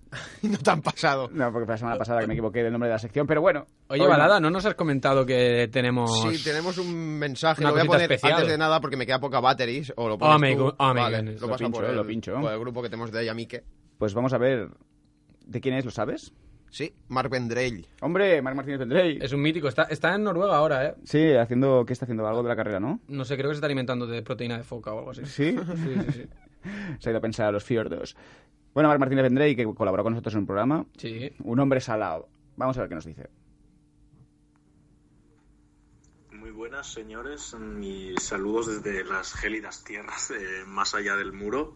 No te han pasado.
No, porque fue la semana pasada que me equivoqué del nombre de la sección, pero bueno.
Oye,
hoy no.
Balada, ¿no nos has comentado que tenemos.
Sí, tenemos un mensaje.
Una
lo voy a
cosita
poner
especial.
antes de nada porque me queda poca batteries. O lo pones
Amigo-
tú.
amigo,
Vale,
lo
lo, pasa
pincho,
por el,
lo pincho.
por el grupo que tenemos de Yamique.
Pues vamos a ver. ¿De quién es? ¿Lo sabes?
Sí, Mark Vendrell.
Hombre, Marc Martínez Vendrell.
Es un mítico. Está, está en Noruega ahora, ¿eh?
Sí, haciendo, ¿qué está haciendo? Algo de la carrera, ¿no?
No sé, creo que se está alimentando de proteína de foca o algo así.
Sí.
Sí, sí, sí.
Se ha ido a pensar a los fiordos. Bueno, Marc Martínez Vendrell, que colaboró con nosotros en un programa.
Sí.
Un hombre salado. Vamos a ver qué nos dice.
Muy buenas, señores. Mis saludos desde las gélidas tierras eh, más allá del muro.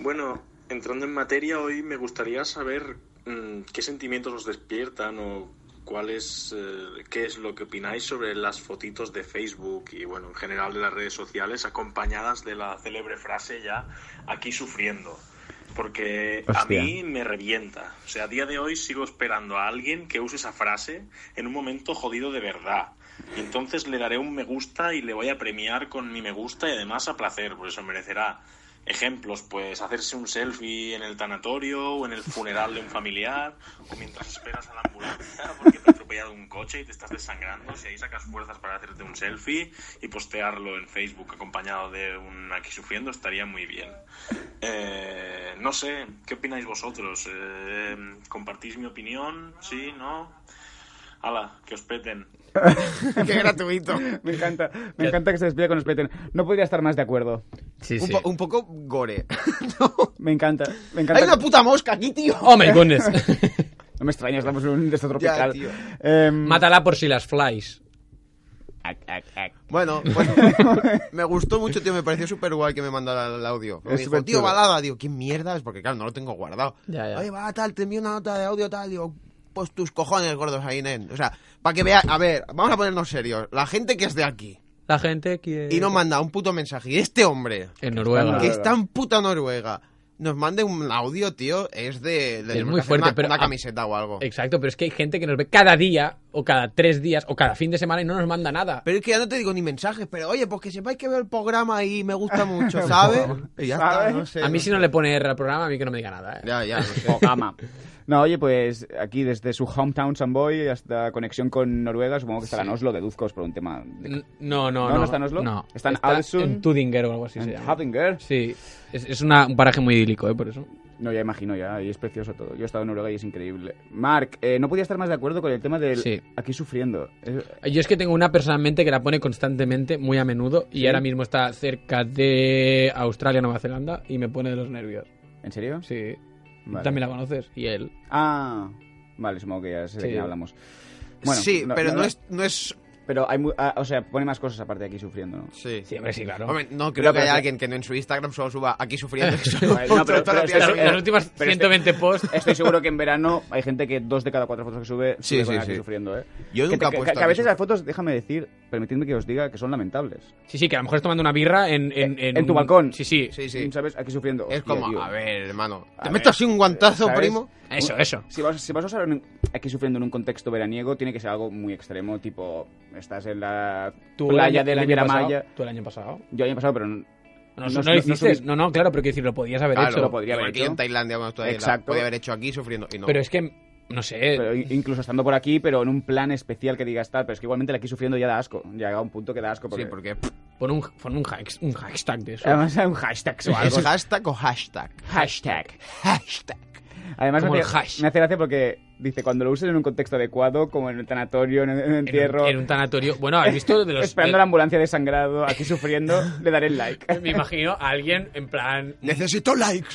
Bueno, entrando en materia, hoy me gustaría saber mm, qué sentimientos os despiertan o cuál es, eh, qué es lo que opináis sobre las fotitos de Facebook y, bueno, en general de las redes sociales, acompañadas de la célebre frase ya, aquí sufriendo. Porque a
Hostia.
mí me revienta. O sea, a día de hoy sigo esperando a alguien que use esa frase en un momento jodido de verdad. Y entonces le daré un me gusta y le voy a premiar con mi me gusta y además a placer, por eso merecerá ejemplos, pues hacerse un selfie en el tanatorio o en el funeral de un familiar o mientras esperas a la ambulancia porque te ha atropellado un coche y te estás desangrando, si ahí sacas fuerzas para hacerte un selfie y postearlo en Facebook acompañado de un aquí sufriendo estaría muy bien. Eh, no sé, ¿qué opináis vosotros? Eh, ¿Compartís mi opinión? ¿Sí? ¿No? Hala, que os peten.
Qué gratuito.
Me encanta, me encanta que se despida con los peten. No podría estar más de acuerdo.
Sí,
Un,
sí.
po- un poco gore.
Me encanta, me encanta.
Hay una puta mosca aquí, tío.
Oh my goodness.
No me extraña, estamos en un desto tropical.
tío.
Em,
Mátala por si las flies.
Bueno, pues me gustó mucho, tío. Me pareció súper guay que me mandara el audio. Me
Es
dijo,
súper
tío,
chulo".
balada. Digo, ¿qué mierda es? Porque, claro, no lo tengo guardado.
Ya, ya.
Oye, va, tal, te envío una nota de audio, tal. Digo, pues tus cojones gordos ahí, nen. O sea, para que vea. A ver, vamos a ponernos serios. La gente que es de aquí
La gente quiere.
y nos manda un puto mensaje. Y este hombre,
En Noruega.
que está en puta Noruega, nos mande un audio, tío, es de. de
Es
tenemos
muy
que hacer
fuerte,
una,
pero
Una
a-
camiseta o
Eh,
algo.
Exacto, pero es que hay gente que nos ve cada día, o cada tres días, o cada fin de semana y no nos manda nada.
Pero es que ya no te digo ni mensajes, pero oye, pues que sepáis que veo el programa y me gusta mucho, ¿sabes? Y ya está,
¿Sabes?
no sé.
a mí
no
si no le pone R al programa, a mí que no me diga nada. ¿eh?
Ya, ya, no sé.
Pocama. No, oye, pues aquí desde su hometown Samboy hasta conexión con Noruega, supongo que estará en Oslo, deduzco, es por un tema de...
N- No, no,
¿No,
no.
no está en Oslo?
No.
¿Está en Alsund?
en Tudinger o algo así. se
en
llama.
Harbinger.
Sí, es, es una- un paraje muy idílico, ¿eh? Por eso.
No, ya imagino, ya, y es precioso todo. Yo he estado en Noruega y es increíble. Mark, eh, no podía estar más de acuerdo con el tema del
Sí.
aquí sufriendo. Eh, Es-
Yo es que tengo una personalmente que la pone constantemente, muy a menudo, y ahora mismo está cerca de Australia, Nueva Zelanda, y me pone de los nervios.
¿En serio?
Sí.
Vale.
También la conoces. Y él.
Ah, vale, supongo que ya sé de
Sí.
quién hablamos.
sí, pero no, es, no es.
Pero hay... mu- ah, o sea, pone más cosas aparte de aquí sufriendo, ¿no?
Sí.
Sí, hombre, sí, claro.
Hombre, no
Pero,
creo que haya
pero-
alguien que no en su Instagram solo suba aquí sufriendo.
Vale, no, pero- pero
Las,
estoy-
eh,
las últimas
este-
pero estoy-
120 posts.
Estoy seguro que en verano hay gente que dos de cada cuatro fotos que sube
Sí,
sube
sí,
con aquí
sí.
sufriendo, ¿eh?
Yo
Que
nunca he
te- que, que
puesto
a
aquí
veces
sufriendo.
las fotos, déjame decir, permitidme que os diga que son lamentables.
Sí, sí, que a lo mejor estás tomando una birra en. En,
Eh, En tu
un-
balcón.
Sí, sí.
Sí, sí.
¿Sabes? Aquí sufriendo.
Es
Hostia,
como,
tío.
a ver, hermano.
A
¿Te
ver,
meto así un guantazo,
¿sabes?
primo?
Eso, eso.
Si vas, si vas a usar un- aquí sufriendo en un contexto veraniego, tiene que ser algo muy extremo, tipo, estás en la
Tú el
playa
año-
de
el
la
año
Miramaya.
pasado- Tú el año pasado.
Yo el año pasado, pero... No,
No, no,
no-
lo
no
hiciste. No,
subí-
no, claro, pero quiero decir, lo podías haber
Claro,
hecho.
lo podría haber
igual que
hecho.
yo en Tailandia cuando estaba ahí, la
Exacto.
podía haber hecho aquí sufriendo y no.
Pero es que, no sé.
pero in- incluso estando por aquí, pero en un plan especial que digas tal, pero es que igualmente la aquí sufriendo ya da asco. Llega a un punto que da asco. Porque,
Sí, porque pff,
Pon un, pon un, hacks- un hashtag de eso.
Además hay un hashtag o algo.
¿Es hashtag o hashtag?
Hashtag.
Hashtag.
Además
Como
me
el
hace,
hash.
me hace gracia porque dice cuando lo usen en un contexto adecuado, como en el tanatorio, en un en un
en,
entierro,
un, en un tanatorio. Bueno, habéis visto de los.
esperando
eh,
la ambulancia de sangrado, aquí sufriendo, le daré el like.
Me imagino a alguien en plan.
Necesito likes.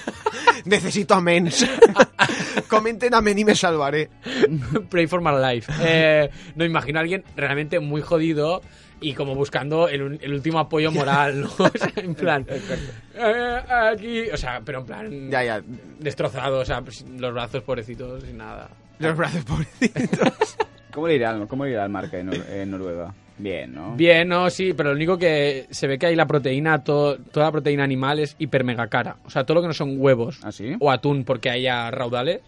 Necesito amens. Comenten amén y me salvaré.
Pray for my life. Eh, no imagino a alguien realmente muy jodido y como buscando el, un- el último apoyo moral, ¿no? O sea, en plan. eh, aquí. O sea, pero en plan.
Ya, ya.
Destrozado, o sea, pues, los brazos pobrecitos y nada.
Los brazos pobrecitos.
¿Cómo le irá, al- cómo le irá al marca en, Nor- en Noruega? Bien, ¿no?
Bien, no, sí, pero lo único que se ve que hay la proteína, to- toda la proteína animal es hiper mega cara. O sea, todo lo que no son huevos
¿Ah, sí?
o atún porque haya raudales.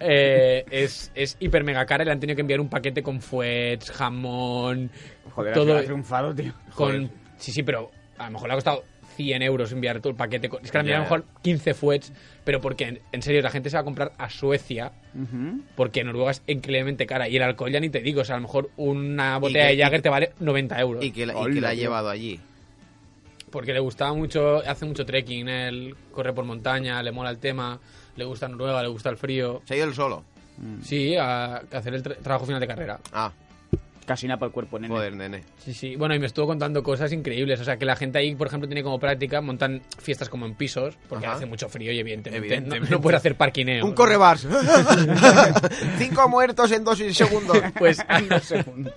eh, es, es hiper mega cara y le han tenido que enviar un paquete con fuets, jamón,
Joder,
todo
ha triunfado, tío.
con... Sí, sí, pero a lo mejor le ha costado 100 euros enviar todo el paquete. con- Es que le han enviado a
Ya,
lo mejor 15 fuets, pero porque en, en serio la gente se va a comprar a Suecia
Ujú.
porque Noruega es increíblemente cara. Y el alcohol ya ni te digo, o sea, a lo mejor una botella
que-
de Jagger te vale 90 euros.
Y que la, y
Hola,
que la ha
tío.
llevado allí.
Porque le gustaba mucho, hace mucho trekking, él corre por montaña, le mola el tema, le gusta Noruega, le gusta el frío.
Se ha ido él solo. Mm.
Sí, a hacer el tra- trabajo final de carrera.
Ah,
Casi nada para el cuerpo, nene.
joder, nene.
Sí, sí. Bueno, y me estuvo contando cosas increíbles. O sea, que la gente ahí, por ejemplo, tiene como práctica, montan fiestas como en pisos, porque
Ajá.
hace mucho frío y evidentemente,
Evidentemente.
No, no puedes hacer parquineo.
Un correbars. Cinco muertos en dos segundos.
Pues
Dos segundos.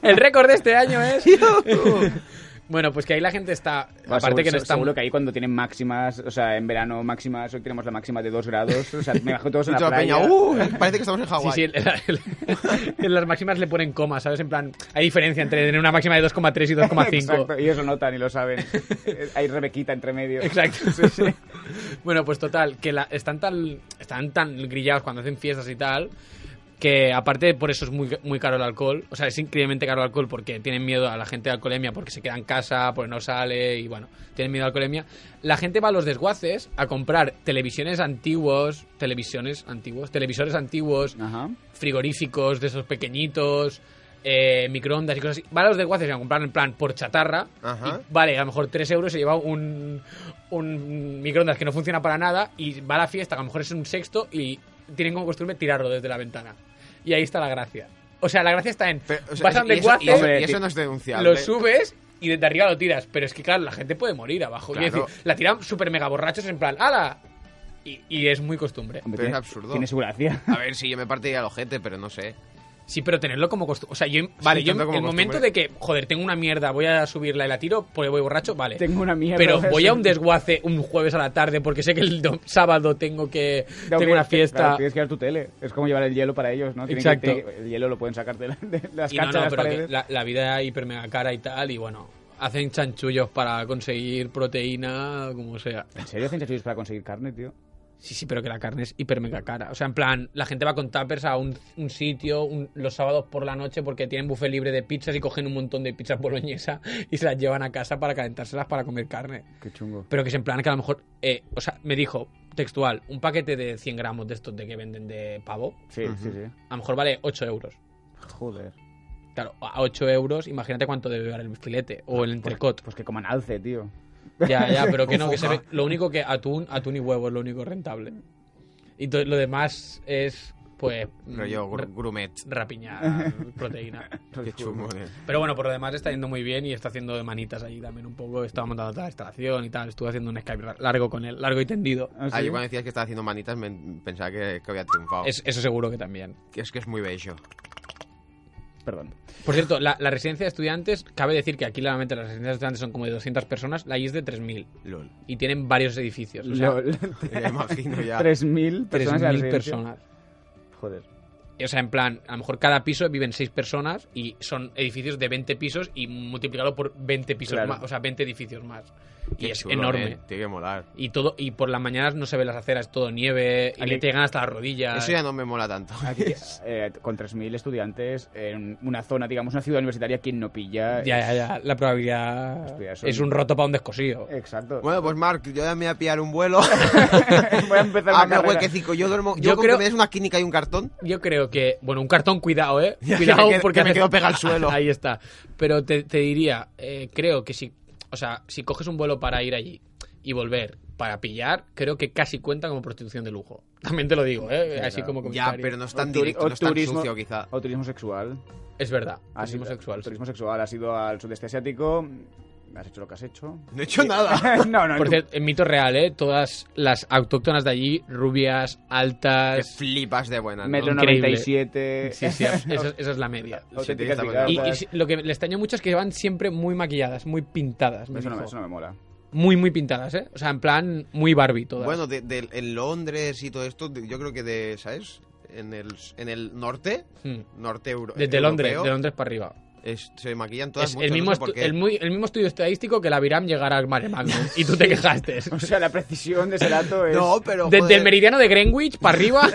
el récord de este año es... bueno, pues que ahí la gente está...
Ah,
Bueno,
aparte
seguro-
que no
se-
está...
seguro que ahí cuando tienen máximas, o sea, en verano máximas, hoy tenemos la máxima de 2 grados, o sea, me bajo todos en la
Mucha
playa.
peña. Uh, parece que estamos en
Sí,
Hawái.
sí, el- el- en las máximas le ponen comas, ¿sabes? En plan, hay diferencia entre tener una máxima de 2,3 y 2,5.
Exacto, y eso notan y lo saben. Eh, Hay Rebequita entre medio.
Exacto.
Sí, sí.
Bueno, pues total, que la- están, tan, están tan grillados cuando hacen fiestas y tal, que aparte por eso es muy, muy caro el alcohol. O sea, es increíblemente caro el alcohol porque tienen miedo a la gente de alcoholemia, porque se queda en casa, porque no sale y bueno, tienen miedo a la alcoholemia. La gente va a los desguaces a comprar televisiones antiguos, televisiones antiguos, televisores antiguos,
Ajá.
frigoríficos de esos pequeñitos, eh, microondas y cosas así. Va a los desguaces y a comprar en plan por chatarra.
Ajá.
y vale, a lo mejor 3 euros se lleva un, un microondas que no funciona para nada y va a la fiesta, que a lo mejor es un sexto y tienen como costumbre tirarlo desde la ventana. Y ahí está la gracia. O sea, la gracia está en...
Pero, o sea,
vas a un
y, eso, y,
desguace,
eso,
Hombre,
y eso
tío.
no es denunciable.
lo subes y desde arriba lo tiras. Pero es que, claro, la gente puede morir abajo. Y
Claro.
decir, la tiran súper mega borrachos en plan, ¡hala! Y, y es muy costumbre.
Hombre,
Pero es
tiene-
absurdo.
Tiene su gracia.
A ver, si yo me partiría el ojete, pero no sé.
Sí, pero tenerlo como costumbre. O sea, yo. Vale, yo. El
tanto como
momento de que, joder, tengo una mierda, voy a subirla y la tiro porque voy borracho, vale.
Tengo una mierda.
Pero voy a un
de
desguace un jueves a la tarde porque sé que el dom- sábado tengo que. tengo una fiesta.
Claro, tienes que dar tu tele. Es como llevar el hielo para ellos, ¿no? Tienen que-
Exacto.
tienen que- el hielo lo pueden sacar de, la- de las
y no,
canchas,
no,
las
pero que
paredes.
la, la vida hiper mega cara y tal, y bueno. Hacen chanchullos para conseguir proteína, como sea.
¿En serio hacen chachuchos para conseguir carne, tío?
Sí, sí, pero que la carne es hiper mega cara. O sea, en plan, la gente va con tuppers a un, un sitio un- los sábados por la noche porque tienen buffet libre de pizzas y cogen un montón de pizzas boloñesa y se las llevan a casa para calentárselas para comer carne.
Qué chungo.
Pero que es en plan que a lo mejor... eh, o sea, me dijo, textual, un paquete de 100 gramos de estos de que venden de pavo,
Sí, sí, sí.
a lo mejor vale 8 euros.
Joder.
Claro, a 8 euros, imagínate cuánto debe llevar el filete o el entrecot.
Pues que coman alce, tío.
Ya, ya, pero que no, que se ve... Lo único que atún, atún y huevo es lo único rentable. Y to- lo demás es, pues...
Pero yo,
re-
gr- grumet.
rapiñar proteína.
Qué chungo, eh.
Pero bueno, por lo demás está yendo muy bien y está haciendo de manitas ahí también un poco. Estaba montando toda la instalación y tal. Estuve haciendo un Skype lar- largo con él, largo y tendido.
¿Ah,
Ah,
sí?
yo cuando decías que estaba haciendo manitas me pensaba que, que había triunfado.
Es- eso seguro que también.
Que Es que es muy bello.
Perdón.
Por cierto, la, la residencia de estudiantes, cabe decir que aquí claramente las residencias de estudiantes son como de 200 personas, la I es de 3.000
LOL.
y tienen varios edificios. O sea,
Lol.
Me imagino ya.
3.000 personas. en la
3.000
residencia.
personas.
Joder.
O sea, en plan, a lo mejor cada piso viven 6 personas y son edificios de 20 pisos y multiplicarlo por 20 pisos
Claro.
más, o sea, 20 edificios más. y es
chulo,
enorme.
eh. Tiene que molar.
Y todo y por las mañanas no se ve las aceras, todo nieve, y
Aquí-
le te llegan hasta las rodillas.
Eso ya no me mola tanto.
ah,
Aquí, eh, con 3.000 estudiantes en una zona, digamos, una ciudad universitaria, ¿quién no pilla?
Ya, ya,
Es-
ya. La probabilidad
Hostia, son-
es un roto para un descosido.
Exacto.
Bueno, pues Mark, yo ya me voy a pillar un vuelo. Ah,
Voy a empezar una
Hazme
carrera.
huequecico. Yo duermo.
Yo
Yo, creo
creo-
que me des una quínica y un cartón.
Yo creo que, bueno, un cartón, cuidado, ¿eh?
Ya,
Cuidado
que me quedo-
porque
que me
hace-
quedo pegado al suelo.
Ahí está. Pero te, te diría, eh, creo que si, o sea, si coges un vuelo para ir allí y volver para pillar, creo que casi cuenta como prostitución de lujo. También te lo digo, ¿eh? Así como
Ya,
comentario.
pero no es
O
tan
turi-
directo,
o
no es tan
turismo-
sucio quizá.
O turismo sexual.
Es verdad,
Has
turismo
ido-
sexual. sí.
Turismo sexual. Has ido al sudeste asiático. Has hecho lo que has hecho.
No he hecho nada.
no, no.
Por
tú-
cierto, en mito real, ¿eh? Todas las autóctonas de allí, rubias,
Que
altas...
flipas de buena. ¿no?
metro
increíble.
97.
Sí, sí, esa, esa es la media.
Auténticas
Sí,
Y, y
picadas.
si- lo que le extrañó mucho es que van siempre muy maquilladas, muy pintadas. me
Eso no,
dijo.
me- eso no me mola.
Muy, muy pintadas, ¿eh? O sea, en plan, muy Barbie todas.
Bueno, de, de- en Londres y todo esto, de- yo creo que de, ¿sabes? En el, en el norte,
Hmm.
norte euro,
Desde
eh, europeo,
Londres, de Londres para arriba.
es- se maquillan todas
Es
mucho,
el,
no
mismo
sé por
estu-
qué.
el, muy- el mismo estudio estadístico que la Viram llegara al Mare Magnum. y tú te quejaste.
O sea, la precisión de ese dato es.
No, pero...
Desde
joder,
el meridiano de Greenwich para arriba.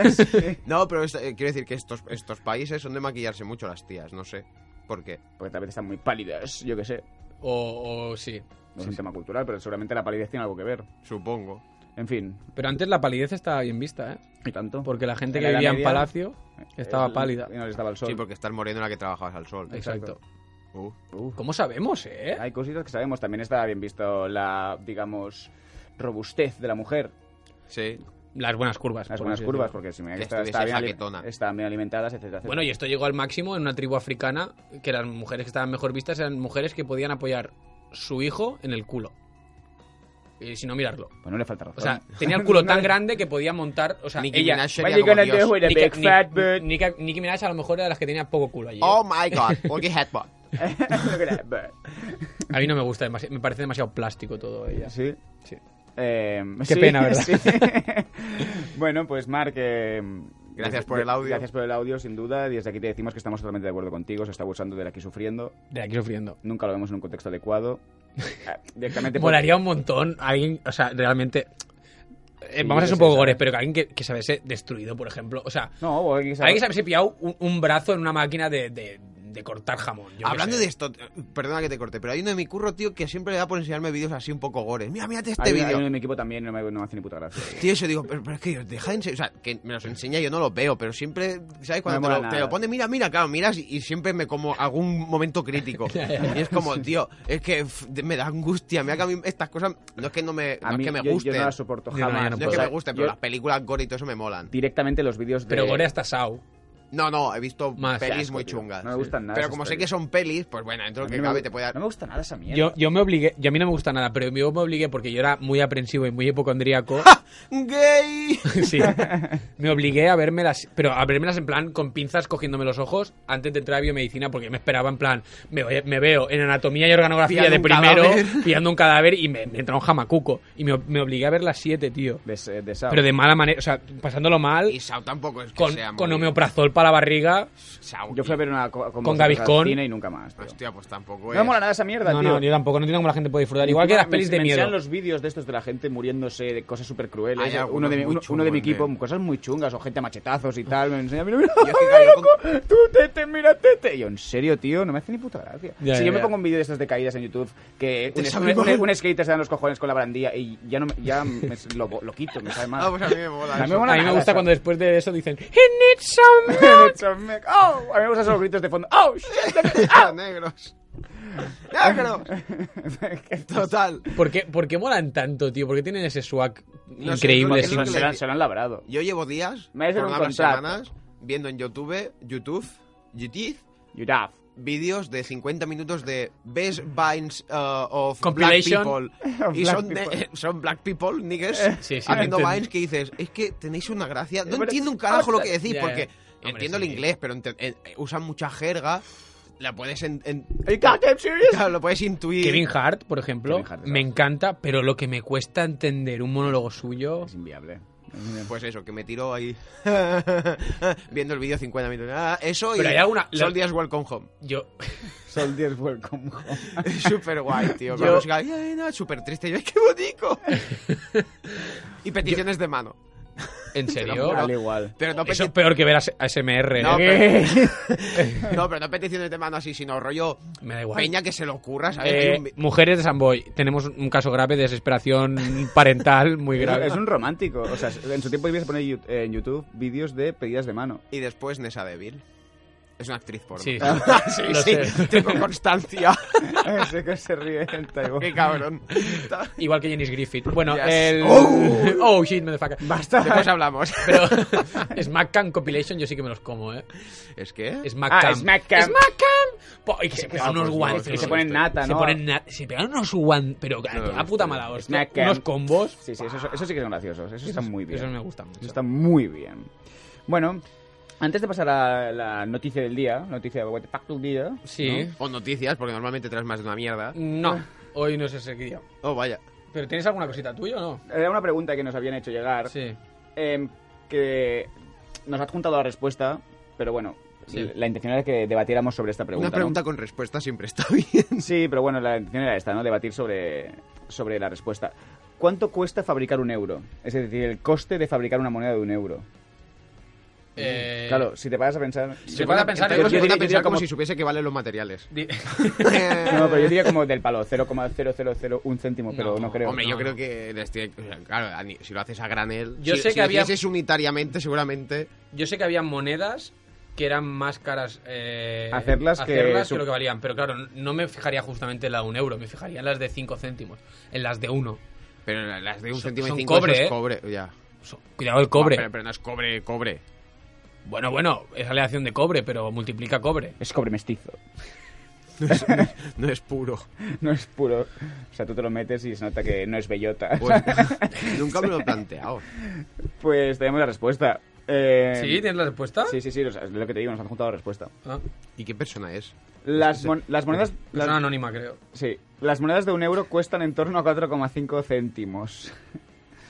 No, pero esta- eh, quiero decir que estos, estos países son de maquillarse mucho las tías, no sé por qué.
Porque tal vez están muy pálidas, yo qué sé.
o, o sí.
No es un tema cultural, pero seguramente la palidez tiene algo que ver.
Supongo.
En fin,
Pero antes la palidez estaba bien vista, ¿eh?
y tanto.
Porque la gente
En
que
la Edad
vivía en
Media,
Palacio estaba
El-
pálida.
y no les daba el sol.
Sí, porque estar moreno era que trabajabas al sol.
Exacto.
Uh.
Uf.
¿Cómo sabemos, eh?
Hay cositas que sabemos. También está bien visto la, digamos, robustez de la mujer.
Sí.
Las buenas curvas.
Las
por
buenas
así
curvas,
decirlo.
porque si me
Que
está,
estuviese
está, bien ali-
jaquetona.
está bien alimentadas, etcétera, etcétera.
Bueno, y esto llegó al máximo en una tribu africana que las mujeres que estaban mejor vistas eran mujeres que podían apoyar su hijo en el culo. Y si no, mirarlo.
Pues no le falta razón.
O sea, tenía el culo tan grande que podía montar. O sea,
Nicki
ella.
Minaj
What
sería
you
como
gonna do
Dios.
with a
Nicki-
big fat bird?
Ni- Nicki- Nicki Minaj a lo mejor era de las que tenía poco culo allí. ¿eh?
Oh my god, what a headbutt.
Look at that bird.
A mí no me gusta demasiado. Me parece demasiado plástico todo ella.
Sí.
Sí.
Eh,
Qué
sí,
pena, ¿verdad?
sí. bueno, pues Marc, eh,
Gracias
desde-
por el audio.
Gracias por el audio, sin duda. Desde aquí te decimos que estamos totalmente de acuerdo contigo. Se está abusando del aquí sufriendo.
De aquí sufriendo.
Nunca lo vemos en un contexto adecuado. Ah, Directamente.
Te
por-
molaría un montón alguien. O sea, realmente. eh,
Sí,
vamos a
es
ser un poco
esa.
gores, pero que alguien que, que se hubiese destruido, por ejemplo. O sea,
No, o alguien que se-
alguien que se hubiese pillado un, un brazo en una máquina de, de- de cortar jamón. yo qué
Hablando
sé.
de esto, eh, perdona que te corte, pero hay uno de mi curro, tío, que siempre le da por enseñarme vídeos así un poco gore. Mira, mírate este
Hay- hay uno
vídeo.
en mi equipo también, no me, no me hace ni puta gracia.
Tío, yo digo, pero, pero es que Dios, deja de ense- O sea, que me los enseña, yo no los veo, pero siempre,
No
¿sabes? Cuando
me
te,
mola
lo, te
nada.
lo pone, mira, mira, claro, miras y, y siempre me como algún momento crítico. y es como, tío, es que f, de- me da angustia, mira que a mí estas cosas, no es que no me, no
A mí,
es que me
yo,
gusten.
yo no
no,
las soporto
Yo no,
jamás.
yo no
es
puedo.
O
que
sea,
me gusten, pero
yo-
las películas gore y todo eso me molan.
Directamente los vídeos de...
Pero gore hasta Sau.
No, no, he visto
Más
pelis
asco,
muy
tío.
chungas.
No me gustan nada
Pero
esas
como sé
pelis.
que son pelis, pues bueno,
A
dentro de
mí
lo que
no me-
cabe te puede dar.
No me gusta nada esa mierda.
Yo, yo me obligué, yo a mí no me gusta nada, pero yo me obligué porque yo era muy aprensivo y muy hipocondríaco.
¡Gay!
sí. Me obligué a vermelas, pero a vermelas en plan con pinzas cogiéndome los ojos antes de entrar a biomedicina porque me esperaba en plan, me, voy- me veo en anatomía y organografía
Pillando
de
un
primero,
cadáver.
pillando un cadáver y me, me entra un jamacuco. Y me, me obligué a ver las siete, tío.
De, ese- de esa...
Pero de mala manera, o sea, pasándolo mal,
Y Sao tampoco es que
con,
sea
con
muy-
homeoprazol para la barriga.
Sao,
Yo fui a ver una... co-
Con
vosotros al
Gaviscon.
cine y nunca más, tío.
Hostia, pues tampoco es.
No me mola nada esa mierda,
No,
tío.
no, yo tampoco, no entiendo cómo la gente puede disfrutar. Igual que las
Me-
pelis de
me enseñan
miedo.
los vídeos de estos de la gente muriéndose de cosas eh, súper crueles.
Hay algunos
Uno de, mi-
muy
uno, uno de mi
chungos,
equipo,
men.
cosas muy chungas, o gente a machetazos y tal. Me enseña, mira, mira,
Yo es que,
mira,
claro, yo
loco, tú tete, mira tete. Y yo, en serio, tío, no me hace ni puta gracia.
Ya,
si
ya,
yo me
ya.
pongo un vídeo de estos de caídas en YouTube, que
Te
un,
sabe
un-
mal.
un skater se dan los cojones con la barandilla y ya, no, me- ya me- lo, lo quito, me sabe mal.
Ah, pues a mí me
A
mola.
mí me
eso.
mola
a mí me
nada
gusta
eso.
cuando después de eso dicen "It needs some milk".
Oh, a mí me gustan esos gritos de fondo. ¡Oh, shit!
Ah, negros. Negros. Total.
¿Por qué, por qué molan tanto, tío? ¿Por qué tienen ese swag
No sé,
increíble?
porque
sin-
no
Se lo han- se lo han labrado.
Yo llevo días,
Me dicen
por
un
no hablar
contrato.
semanas, viendo en YouTube, YouTube, YouTube,
Yudaf.
vídeos de 50 minutos de best binds uh, of black
Compilation.
people.
Of
y
black
son, de-
people.
son black people, niggas,
Sí, sí,
haciendo
lo entiendo.
binds que dices, es que tenéis una gracia. No
Pero-
entiendo un carajo lo que decís
Ya, ya.
porque
Hombre,
entiendo el
sí.
inglés, pero ente- eh, usan mucha jerga. La puedes en, en-
Are you goddamn serious?
claro, lo puedes intuir.
Kevin Hart, por ejemplo,
Kevin Hart,
me
claro.
encanta, pero lo que me cuesta entender un monólogo suyo
Es inviable.
Pues eso, que me tiró ahí viendo el vídeo 50 minutos. Ah, eso y
Pero hay alguna-
Sol Díaz Welcome Home.
Yo,
Sol 10 Welcome Home.
Es súper guay, tío. Con la música, "Ay, ay, no", súper triste. Yo, ¡ay, qué bonito! y peticiones de mano.
en
lo
serio.
juro.
Al igual.
Pero no,
Eso es
peti-
peor que ver a ASMR.
No,
¿eh?
pero, no, pero no peticiones de mano así, sino rollo
Me da igual.
peña que se lo ocurra, ¿sabes?
Eh,
Hay un vi-
mujeres de Samboy, tenemos un caso grave de desesperación parental muy
Pero
grave.
Es un romántico. O sea, en su tiempo ibas a poner yu- eh, en YouTube vídeos de pedidas de mano.
Y después Nessa Deville. Es una actriz porno.
Sí,
sí,
lo
sí,
sé.
tengo constancia.
sé que se ríe el Taibo.
Qué cabrón.
Igual que Jenny Griffith. Bueno,
Yes.
el. Oh, shit, me
Después hablamos.
Pero Smack Cam Compilation yo sí que me los como, ¿eh.
¿Es que?
Smack
Ah,
Cam.
Smack Cam.
Smack Cam. Po- y que se
ah,
pegan
pues
unos
no,
guantes.
que
se ponen nata,
Se
¿no?
ponen na- se pegan unos guantes. Pero a toda puta mala hostia.
Smack Cam.
Unos combos.
Sí, sí, eso, eso sí que son graciosos. Eso está muy bien.
Eso me gusta mucho.
Eso está muy bien. Bueno, antes de pasar a la noticia del día, noticia de What the fuck del día.
Sí.
O noticias, porque normalmente traes más de una mierda.
Ah.
No, hoy no sé ese día.
Oh, vaya.
¿Pero tienes alguna cosita tuya o no?
Era una pregunta que nos habían hecho llegar.
Sí.
em, que nos has juntado la respuesta, pero bueno,
Sí.
la intención era que debatiéramos sobre esta pregunta.
una
¿no?
pregunta con respuesta siempre está bien.
Sí, pero bueno, la intención era esta, ¿no? Debatir sobre, sobre la respuesta. ¿Cuánto cuesta fabricar un euro? Es decir, el coste de fabricar una moneda de un euro.
Eh,
Mm, Claro, si te paras a pensar...
Se puede pensar en
Yo,
Yo
los
diría-
diría,
yo diría
como...
como-
si supiese que valen los materiales.
Di-
No, pero yo diría como del palo, 0,0001 céntimo, pero no,
No,
creo.
Hombre, yo
no.
creo que les tiene- o sea, Claro, a ni- si lo haces a granel...
Yo
si,
sé
si
que
lo
había-
hicieses unitariamente, seguramente...
Yo sé que había monedas que eran más caras eh,
Hacerlas que
hacerlas
su-
lo que valían. Pero claro, no me fijaría justamente en la de un euro, me fijaría en las de cinco céntimos, en las de uno.
Pero las de un
Son-
centímetro
son
y cinco,
cobre,
eso
¿eh?
es cobre. Ya. Ah,
So- Cuidado el cobre.
Pero, pero no es cobre, cobre.
Bueno, bueno, es aleación de cobre, pero multiplica cobre.
Es cobre mestizo,
No es puro.
no es puro. O sea, tú te lo metes y se nota que no es bellota.
Pues, nunca me lo he planteado.
Pues tenemos la respuesta. Eh,
¿Sí? ¿Tienes la respuesta?
Sí, sí, sí, o sea, es lo que te digo, nos han juntado la respuesta.
Ah,
¿Y qué persona es?
Las, mon- las monedas...
persona
las-
anónima, creo.
Sí, las monedas de un euro cuestan en torno a 4,5 céntimos.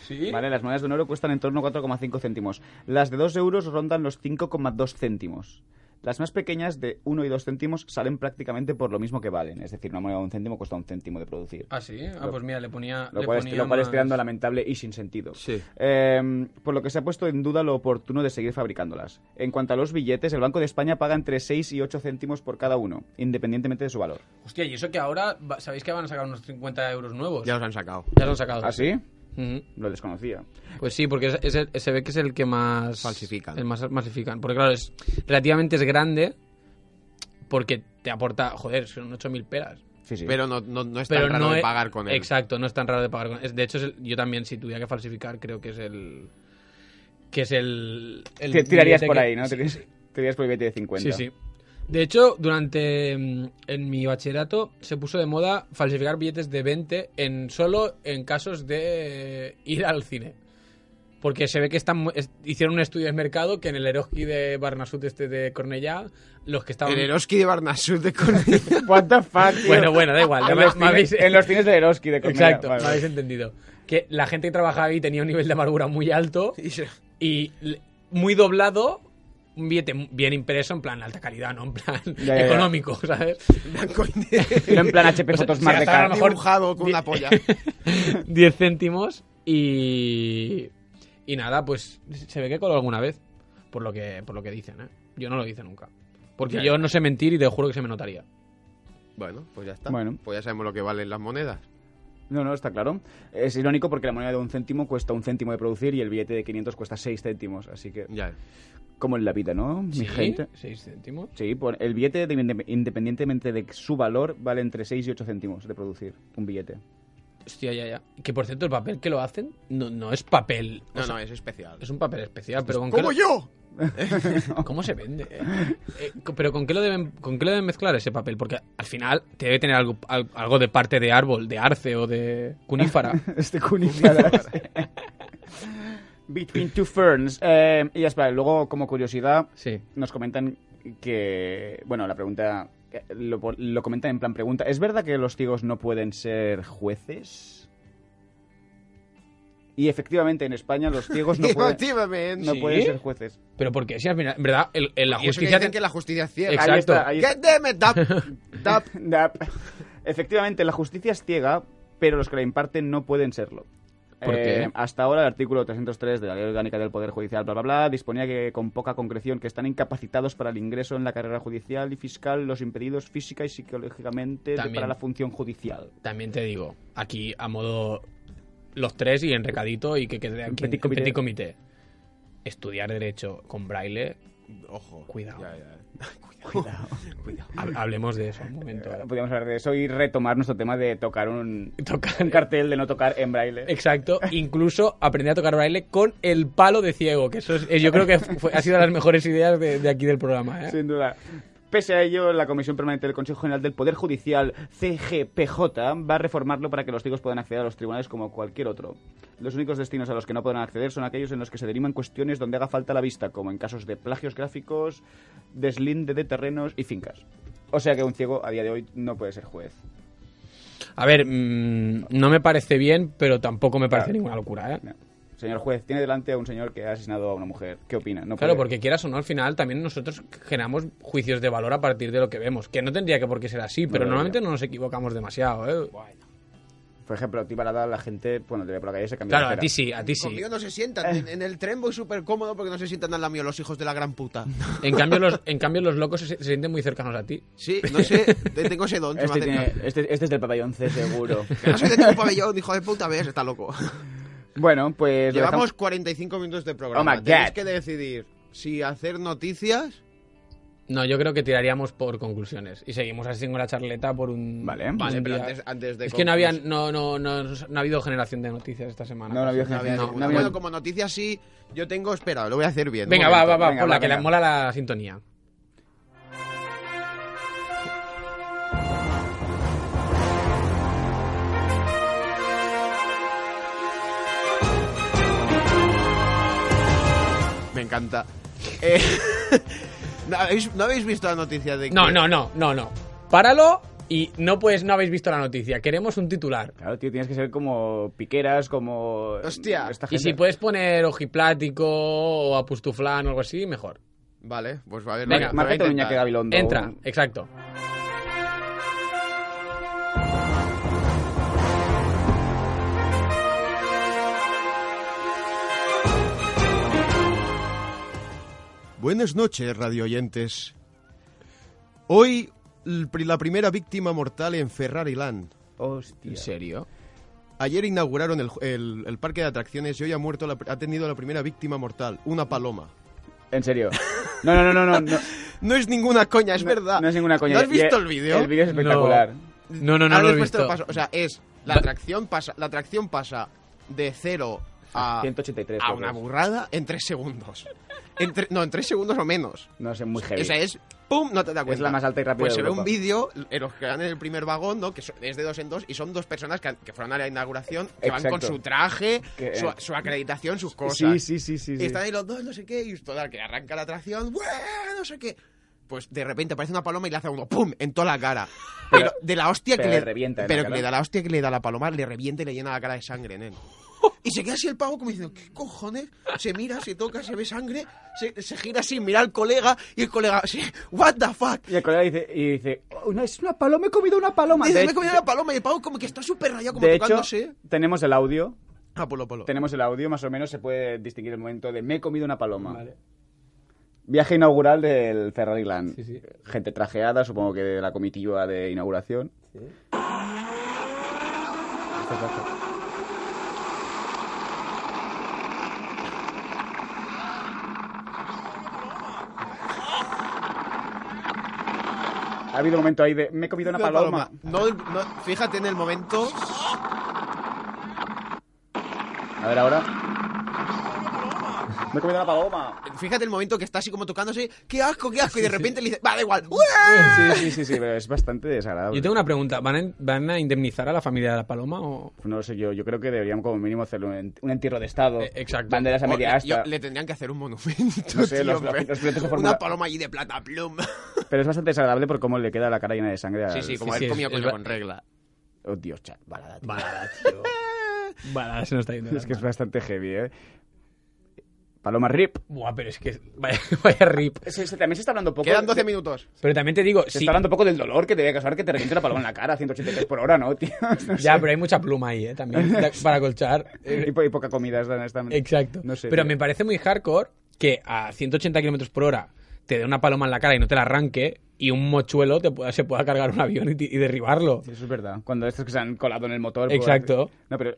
¿Sí?
Vale, las monedas de un euro cuestan en torno a 4,5 céntimos. Las de 2 euros rondan los 5,2 céntimos. Las más pequeñas de 1 y 2 céntimos salen prácticamente por lo mismo que valen. Es decir, una moneda de un céntimo cuesta un céntimo de producir.
Ah, sí. Ah, pues mira, le ponía.
Lo
le
cual, es,
ponía
lo cual es
más-
tirando a lamentable y sin sentido.
Sí.
Eh, por lo que se ha puesto en duda lo oportuno de seguir fabricándolas. En cuanto a los billetes, el Banco de España paga entre 6 y 8 céntimos por cada uno, independientemente de su valor.
Hostia, y eso que ahora. va- ¿Sabéis que van a sacar unos 50 euros nuevos?
Ya los han sacado.
Ya lo han sacado.
¿Así?
Ujú.
¿Ah, Lo desconocía.
Pues sí, porque es- es el- se ve que es el que más
Falsifican.
El más falsifican. Porque claro, es relativamente es grande porque te aporta, joder, son 8.000 peras.
Sí, sí.
Pero no, no, no es tan
Pero
raro
no
de
es-
pagar con él.
Exacto, no es tan raro de pagar con es- De hecho, es el- yo también si tuviera que falsificar creo que es el que es el, el
Te tirarías
billete
por
que-
ahí, ¿no?
Sí,
Te tirarías por el billete de 50.
sí, sí. De hecho, durante mm, en mi bachillerato se puso de moda falsificar billetes de 20 en solo en casos de eh, ir al cine. Porque se ve que están mu- es- hicieron un estudio de mercado que en el Eroski de Barnasut este de Cornellá, los que estaban
El Eroski de Barnasur de Cornellá.
What the fuck, tío?
Bueno, bueno, da igual.
En
me-
los,
Ah, me habéis-
cines, en los cines de Eroski de Cornellá.
Exacto,
Vale,
me habéis entendido. Que la gente que trabajaba ahí tenía un nivel de amargura muy alto y le- muy doblado, un billete mu- bien impreso, en plan alta calidad, ¿no? En plan
Ya, ya, ya.
económico, ¿sabes?
vale. Era en plan HP
O sea,
Fotos
se
más de
gastaron a
cara.
lo mejor
Dibujado con
di-
una polla.
10 céntimos y. Y nada, pues se ve que coló alguna vez. Por lo que, por lo que dicen, ¿eh? Yo no lo hice nunca. Porque
Ya,
yo
ya.
no sé mentir y te juro que se me notaría.
Bueno, pues ya está.
Bueno.
Pues ya sabemos lo que valen las monedas.
No, no, está claro. Es irónico porque la moneda de un céntimo cuesta un céntimo de producir y el billete de 500 cuesta 6 céntimos. Así que,
Ya.
como en la vida, ¿no? Mi gente.
6 céntimos.
Sí, por- el billete, de- inde- independientemente de su valor, vale entre 6 y 8 céntimos de producir un billete.
Hostia, ya, ya. Que por cierto, el papel que lo hacen no, no es papel. O
No,
sea,
no, es especial.
Es un papel especial, pero con
¡Como
qué
yo!
lo- ¿Cómo se vende? Eh, co- pero con qué lo deben con qué lo deben mezclar ese papel, porque al final te debe tener algo al- algo de parte de árbol, de arce o de cunífara.
Este cunifiadas. Between Two Ferns. Eh, y ya está. Luego, como curiosidad,
Sí.
nos comentan que, bueno, la pregunta, eh, lo, po- lo comentan en plan pregunta. ¿Es verdad que los ciegos no pueden ser jueces? Y efectivamente, en España los ciegos no pueden,
Efectivamente.
no
Sí.
pueden ser jueces.
Pero porque si al final, en verdad, el- el- la
Y eso que
justicia...
dicen
te-
que la justicia es ciega.
Exacto.
Ahí está, ahí está.
Get them it, dap, dap.
Dap. Efectivamente, la justicia es ciega, pero los que la imparten no pueden serlo. Eh,
¿Por qué?
Hasta ahora, el artículo 303 de la Ley Orgánica del Poder Judicial, bla, bla, bla, disponía que con poca concreción que están incapacitados para el ingreso en la carrera judicial y fiscal los impedidos física y psicológicamente de-
También.
para la función judicial.
También te digo, aquí a modo los tres y en recadito y que quede aquí en
petit comité.
petit comité. Estudiar derecho con braille,
Ojo.
Cuidado.
Ya, ya.
ha- hablemos de eso un momento.
Podríamos hablar de eso y retomar nuestro tema de tocar un,
Tocar-
un cartel de no tocar en braille.
Exacto, incluso aprender a tocar braille con el palo de ciego, que eso es- eh, yo creo que fue- ha sido de las mejores ideas de, de aquí del programa. ¿eh?
Sin duda. Pese a ello, la Comisión Permanente del Consejo General del Poder Judicial, CGPJ, va a reformarlo para que los ciegos puedan acceder a los tribunales como cualquier otro. Los únicos destinos a los que no podrán acceder son aquellos en los que se deriman cuestiones donde haga falta la vista, como en casos de plagios gráficos, deslinde de terrenos y fincas. O sea que un ciego a día de hoy no puede ser juez.
A ver, mm, no me parece bien, pero tampoco me parece
Claro.
ninguna locura. ¿eh?
No. Señor juez, tiene delante a un señor que ha asesinado a una mujer. ¿Qué opina? No
Claro,
puede.
porque quieras o no, al final también nosotros generamos juicios de valor a partir de lo que vemos, que no tendría que por qué ser así, pero
debería.
normalmente no nos equivocamos demasiado. ¿eh?
Por ejemplo, a ti Barada, la gente, bueno, te ve por la calle y se cambia
Claro,
la
a
acera.
ti sí, a ti sí.
Conmigo no se sientan. En, en el tren voy súper cómodo porque no se sientan al lado mío los hijos de la gran puta.
En cambio, los, en cambio, los locos se, se sienten muy cercanos a ti.
Sí, no sé. te- Tengo ese don que
Este,
me hace-
tiene- este- este es del pabellón C, seguro.
Que no soy de ningún pabellón, hijo de puta, ves, está loco.
Este Bueno, pues lo
Llevamos 45 minutos de
Oh
programa.
my God.
Tenéis que decidir si hacer noticias.
No, yo creo que tiraríamos por conclusiones y seguimos así con la charleta por un.
Vale.
un
Vale, pero
día.
antes, antes de.
Es que no había,
habían
no, no, no, no ha habido generación de noticias esta semana.
No, no ha habido
casi.
generación de-
No.
no ha habido-
Bueno, como noticias sí, yo tengo. Espera, lo voy a hacer bien.
Venga,
un
va,
momento.
va, va,
Venga,
por
va,
la que
venga.
le mola la sintonía.
Me encanta. Eh, ¿no, habéis, no habéis visto la noticia de que.
No, no, no, no, no. Páralo y no pues no habéis visto la noticia. Queremos un titular.
Claro, tío, tienes que ser como piqueras, como.
Hostia.
esta
Y
gente.
si puedes poner ojiplático o apustuflán o algo así, mejor.
Vale, pues vale.
Venga,
lo voy a
Márcate un
intentar.
Iñaki Gabilondo.
Entra, exacto.
Buenas noches, radioyentes. Hoy l- pri- la primera víctima mortal en Ferrari Land.
Hostia.
serio?
Ayer inauguraron el, el- el parque de atracciones y hoy ha muerto la pr- ha tenido la primera víctima mortal, una paloma.
En serio. No, no, no, no. no, no
No es ninguna coña, es verdad.
No es ninguna coña.
¿No has
Y-
visto el vídeo?
El vídeo es espectacular.
No, no, no, lo
Ahora
he
después te
visto.
paso. O sea, es la
Va-
atracción pasa, la atracción pasa de cero
Ah,
a,
183.
a
creo que
Ah. una
es.
burrada en tres segundos. En tre- no, en tres segundos o menos.
No sé, muy heavy.
O sea, es pum, no te das cuenta.
la más alta y rápida
Pues
de
se
Europa.
ve un vídeo en los que van en el primer vagón, ¿no? Que so- es de dos en dos y son dos personas que, han- que fueron a la inauguración, que van con
Exacto.
su traje,
Que- eh,
su, su acreditación, sus cosas.
Sí, sí, sí, sí.
Y
sí.
están ahí los dos, no sé qué, y total, que arranca la atracción, ¡bueh! no sé qué. Pues de repente aparece una paloma y le hace a uno ¡pum! en toda la cara. Pero de la hostia
pero
que le,
le revienta en la
Pero que
cara.
le da la hostia que le da la paloma, le revienta y le llena la cara de sangre, nen. Y se queda así el pavo como diciendo, ¿qué cojones? Se mira, se toca, se ve sangre, se, se gira así, mira al colega y el colega así, ¿What the fuck?
Y el colega dice, y dice "Oh, no, es una paloma, he comido una paloma.
Dice,
De,
me he comido la paloma y el pavo como que está súper rayado, como
de hecho,
tocándose.
tenemos el audio.
Ah, polo, polo.
Tenemos el audio, más o menos se puede distinguir el momento de me he comido una paloma. Viaje inaugural del Ferrari Land.
Sí, sí.
Gente trajeada, supongo que de la comitiva de inauguración. Ha habido un momento ahí de me he comido una paloma.
No, no, fíjate en el momento.
A ver ahora. Me he comido una paloma.
Fíjate el momento que está así como tocándose, qué asco, qué asco, y de repente le dice, va, da igual. ¡Uah!
Sí, sí, sí, sí, pero es bastante desagradable.
Yo tengo una pregunta. ¿Van a, van a indemnizar a la familia de la paloma o...?
No lo sé yo, yo creo que deberíamos como mínimo hacer un, ent- un entierro de estado.
Eh, exacto.
Banderas a
O-
media asta.
yo- le tendrían que hacer un monumento.
No sé,
tío,
los- los-
pero-
los pilotos de Fórmula-
Una paloma allí de plata, plum.
Pero es bastante desagradable por cómo le queda la cara llena de sangre al...
Sí, sí, como
sí,
él
es-
comía
es
coño
va-
con regla.
Oh, Dios, chat, balada.
Vale, tío. Vale, se nos está yendo. la
Es que es
mano.
bastante heavy, ¿eh? Paloma Rip.
Buah, pero es que. Vaya, vaya rip.
Se- se- también se está hablando poco.
Quedan
de-
12 minutos.
Pero también te digo,
Se
sí,
está hablando poco del dolor que te debe causar que te reviente la paloma en la cara, 183 por hora, ¿no, tío? No sé.
Ya, pero hay mucha pluma ahí, ¿eh? También, da- para colchar.
Y, po- y poca comida, es la- honestamente.
Eh, Exacto.
No sé,
pero
tío.
me parece muy hardcore que a 180 kilómetros por hora te dé una paloma en la cara y no te la arranque y un mochuelo te pueda, se pueda cargar un avión y, ti- y derribarlo.
Sí, Eso es verdad. Cuando estos que se han colado en el motor. por-
Exacto.
No, pero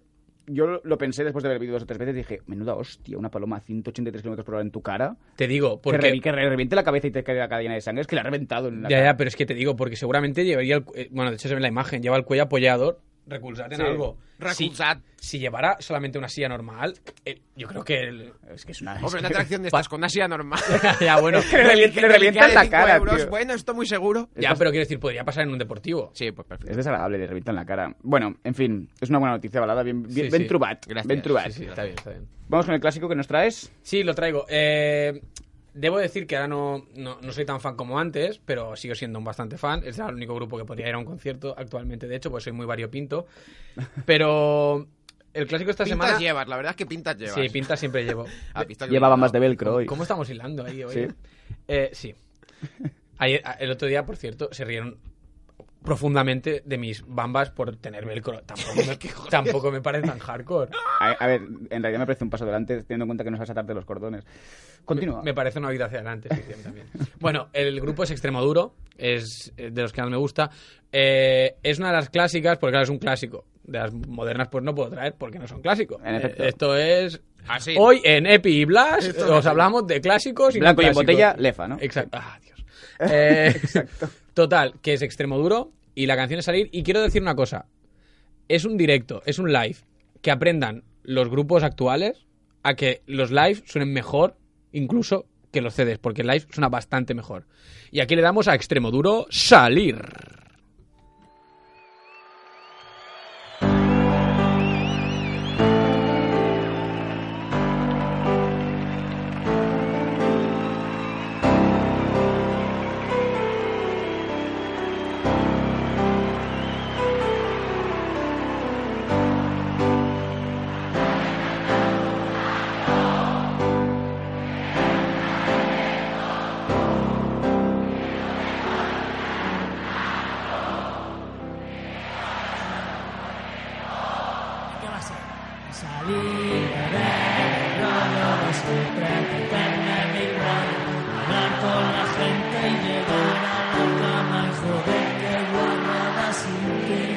yo lo- lo pensé después de haber vivido dos o tres veces y dije, menuda hostia, una paloma a 183 kilómetros por hora en tu cara.
Te digo,
Que,
porque...
revi- que re- reviente la cabeza y te cae la cadena de sangre. Es que la ha reventado en la
Ya,
cara.
ya, pero es que te digo, porque seguramente llevaría el... cu- eh, Bueno, de hecho se ve en la imagen, lleva el cuello apoyado, reculsado en
Sí.
algo. Si, si llevara solamente una silla normal, eh, yo creo que... el-
Es que es una...
Hombre,
es que-
una atracción de estas con una silla normal.
ya, bueno.
Le revi- le revientan la cara,
euros.
tío.
Bueno, esto muy seguro.
Ya, pero quiero decir, podría pasar en un deportivo.
Sí, pues perfecto.
Es desagradable, le revientan la cara. Bueno, en fin, es una buena noticia, balada. Bien, bien,
Sí,
bien
sí.
trubat.
Gracias.
bien trubat.
Sí, sí, está bien, está bien.
Vamos con el clásico que nos traes.
Sí, lo traigo. Eh, debo decir que ahora no, no, no soy tan fan como antes, pero sigo siendo un bastante fan. Es el único grupo que podría ir a un concierto actualmente, de hecho, pues soy muy variopinto. Pero el clásico esta
Pintas
semana...
llevas, la verdad es que pintas llevas.
Sí, pinta siempre llevo.
Ah, pintas que
Llevaba
pintas.
más de velcro hoy.
¿Cómo estamos hilando ahí hoy?
Sí.
eh? Eh, sí. Ayer- a- el otro día, por cierto, se rieron profundamente de mis bambas por tener velcro. Tampoco me, tampoco me parece tan hardcore.
A, a ver, en realidad me parece un paso adelante teniendo en cuenta que nos vas a atarte los cordones. Continúa.
Me parece una vida hacia adelante. sí, sí, también. Bueno, el grupo es extremo duro, es eh, de los que más me gusta. Eh, es una de las clásicas, porque claro, es un clásico. De las modernas, pues no puedo traer porque no son clásicos.
En
Eh,
efecto. Ah,
esto es.
Así.
Hoy en Epi y Blas os hablamos de clásicos y no
Blanco y en
clásicos.
botella, lefa, ¿no?
Exacto. Ah, Dios. Eh, Total, que es extremo duro y la canción es salir. Y quiero decir una cosa: es un directo, es un live. Que aprendan los grupos actuales a que los live suenen mejor, incluso que los CDs, porque el live suena bastante mejor. Y aquí le damos a extremo duro salir.
¿Qué va a ser? Salir a ver el rollo, siempre quitarme mi rollo, hablar con la gente y llegar a la cama y joder que guardada sin ti.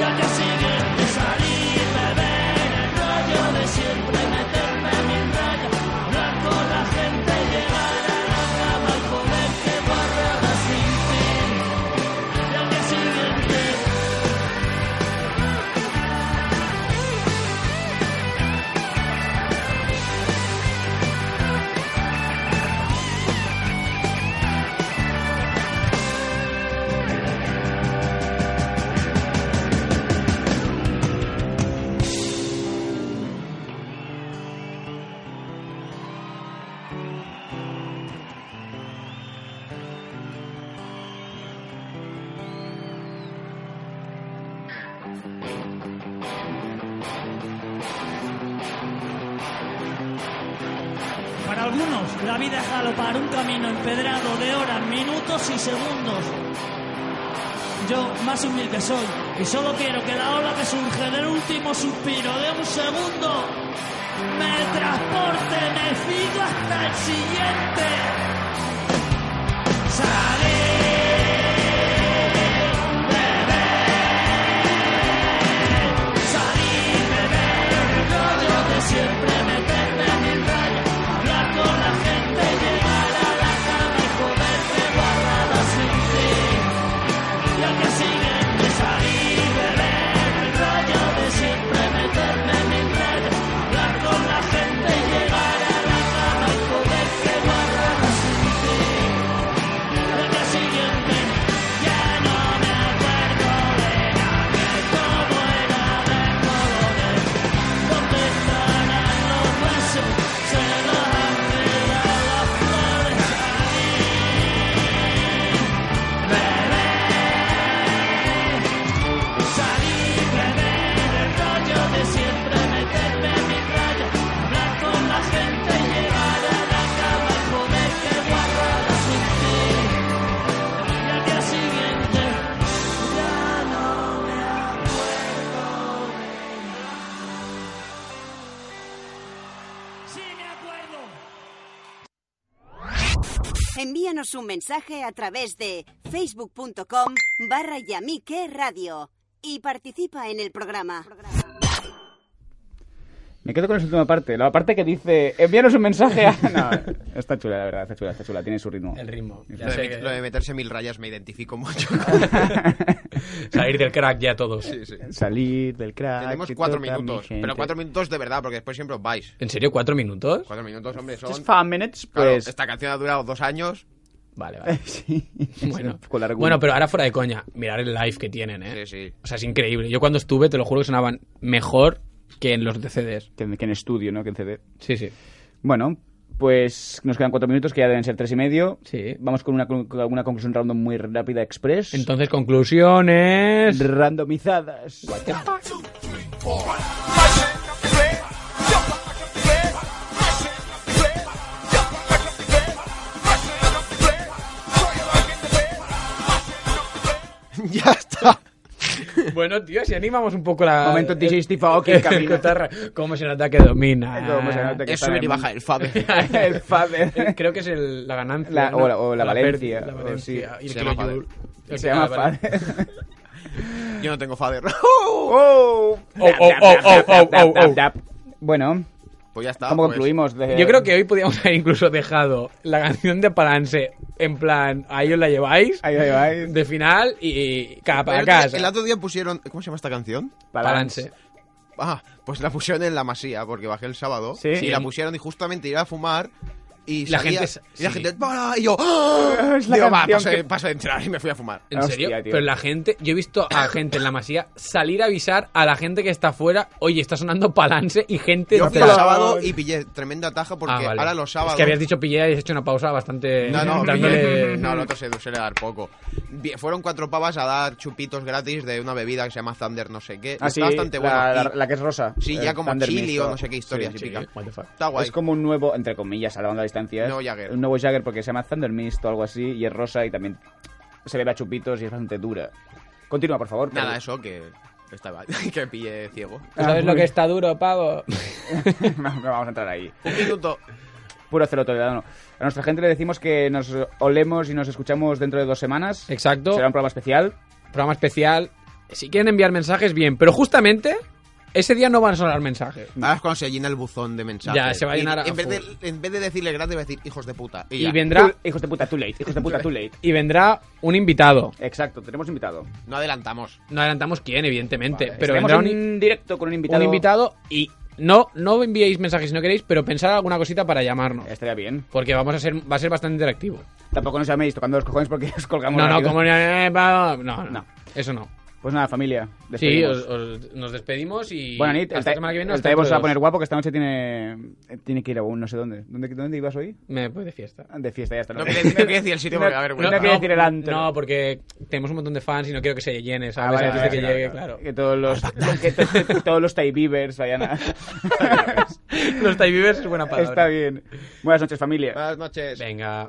la que sigue. Salirme del rollo de siempre, meterme en mi raya, hablar con la gente y llegar a la cama al poder que borraba sin fin. La que siguiente.
Para algunos, la vida es galopar un camino empedrado de horas, minutos y segundos. Yo, más humilde soy, y solo quiero que la ola que surge del último suspiro de un segundo me transporte, me siga hasta el siguiente. Salirme del rollo de siempre, meterme en mi raya, hablar con la gente, llegar a la cama y poderte guardar sin ti. Y al que sigue, salirme del rollo de siempre, meterme en mi raya, hablar con la gente, llegar a la cama y poderte guardar sin ti. Y al que sigue, ya no me acuerdo de nadie como era de colores. ¿Dónde estarán los huesos? Se los han tirado las flores a Bebé, salí, bebé, del rollo de siempre, meterme en mi raya, hablar con la gente y llegar a la cama y poder que guardara sin ti. Y al día siguiente ya no me acuerdo Sí, me acuerdo.
Envíanos un mensaje a través de facebook.com barra Yamique Radio y participa en el programa.
Me quedo con esa última parte. La parte que dice, envíanos un mensaje a... No, está chula, la verdad, está chula, está chula. Tiene su ritmo.
El ritmo. Ya
Lo
sé
de,
que-
lo de meterse mil rayas me identifico mucho.
Salir del crack ya todos.
Salir del crack.
Tenemos
Ah, que
cuatro
toca mi
minutos, pero
gente.
cuatro minutos de verdad, porque después siempre os vais.
¿En serio? ¿Cuatro minutos?
Cuatro minutos, hombre, son...
Just five minutes,
Claro,
pues...
esta canción ha durado dos años.
Vale, vale.
sí.
Bueno,
Con la regula.
bueno, pero ahora fuera de coña, mirar el live que tienen, ¿eh?
Sí, sí.
O sea, es increíble. Yo cuando estuve, te lo juro que sonaban mejor que en los de CDs.
Que, en- que en estudio, ¿no? Que en CD.
Sí, sí.
Bueno, pues nos quedan cuatro minutos, que ya deben ser tres y medio.
Sí.
Vamos con una, con una conclusión random muy rápida express.
Entonces, conclusiones.
randomizadas.
ya está.
Bueno, tío, si animamos un poco la.
Momento DJ Steve Aoki,
el
camino.
cotarra. ¿Cómo se nota que domina?
Cómo se nota que-
Es subir y bajar el Fabe.
El Faber.
Creo que es el- la ganancia.
La- o la- o la Valencia,
pérdida, La
o
Valencia.
sí.
Y el
Se llama
kilojoule. El
Se
que-
llama
ah, vale.
Faber.
Yo no tengo Faber.
¡Oh!
Oh, oh, oh, oh, oh, oh, oh.
Bueno,
Pues ya está.
¿cómo
pues.
concluimos? De-
Yo creo que hoy podíamos haber incluso dejado la canción de Palanse en plan, ahí os la lleváis,
Ahí, ahí, ahí.
de final y, y cada para
El otro día-
casa.
el otro día pusieron... ¿Cómo se llama esta canción?
Palanse.
Ah, pues la pusieron en la masía, porque bajé el sábado.
Sí.
Y la pusieron y justamente iba a fumar. Y
La
salía-
gente es-
Y la
sí.
gente. "¡Para!", Y yo. ¡ah!".
Es la
Digo, va,
canción
paso,
que-
de, paso de entrar y me fui a fumar.
¿En
Hostia,
serio?
tío.
Pero la gente, yo he visto a gente en la masía salir a avisar a la gente que está afuera, oye, está sonando Palanse y gente...
Yo fui
de-
el sábado y pillé tremenda taja porque
Ah, vale.
ahora los sábados.
Es que habías dicho pillé y has hecho una pausa bastante...
No, no,
dándole-
pillé- no, lo otro se suele dar poco. Vi- Fueron cuatro pavas a dar chupitos gratis de una bebida que se llama Thunder no sé qué.
Ah, sí,
está bastante
la,
bueno.
la,
Y-
la que es rosa.
sí,
El
ya como
Thunder
chili
Mist,
o no sé qué historia
sí,
se pica.
What the fuck.
Está guay.
Es como un nuevo, entre comillas, salvando la distancia.
Nuevo Jagger.
Un nuevo Jagger porque se llama Thunder Mist o algo así y es rosa y también se bebe a chupitos y es bastante dura. Continúa, por favor.
Nada,
Pedro.
eso que. Estaba, que pillé ciego.
¿Tú ¿Sabes
Ah,
lo
muy
que está duro, pavo?
no, no vamos a entrar ahí.
Un minuto.
Puro cero tolerado, no. A nuestra gente le decimos que nos olemos y nos escuchamos dentro de dos semanas.
Exacto.
Será un programa especial.
Programa especial. Si quieren enviar mensajes, bien. Pero justamente ese día no van a sonar mensajes.
Ahora es cuando se llena el buzón de mensajes.
Ya, se va a
Y
llenar a
en, vez
full.
de, en vez de decirle gracias, va a decir hijos de puta. Y,
Y
ya.
vendrá,
Tú- hijos de puta, too late. Hijos de puta, too late.
y vendrá un invitado.
Exacto, tenemos invitado.
No adelantamos.
No adelantamos quién, evidentemente.
Vale,
Pero
estaremos
vendrá un, i-
en directo con un invitado.
un invitado y no, no enviéis mensajes si no queréis, pero pensad alguna cosita para llamarnos.
Estaría bien.
Porque vamos a ser, va a ser bastante interactivo.
Tampoco nos llaméis tocando los cojones porque os colgamos.
No, no,
rápido.
como... eh, va- No, no,
No.
Eso no.
Pues nada, familia.
Sí,
despedimos.
os- os- nos despedimos y...
Bueno, Nit, el, ta-
hasta la semana que viene,
el
hasta
Taibo se va a
dentro de
poner
dos.
guapo que esta noche tiene, tiene que ir a un no sé dónde. ¿Dónde, dónde ibas hoy? Ah,
Me voy de fiesta.
De fiesta, ya está.
No quería, no quería decir el sitio porque da vergüenza.
No quería decir el antro.
No, porque tenemos un montón de fans y no quiero que se llene,
Ah,
¿sabes?
vale,
Antes
vale,
de que
vale,
llegue,
vale.
claro.
Que todos los, que to- que todos los Thai Beavers vayan a...
Los Time Beavers es buena palabra.
Está bien. Buenas noches, familia.
Buenas noches.
Venga.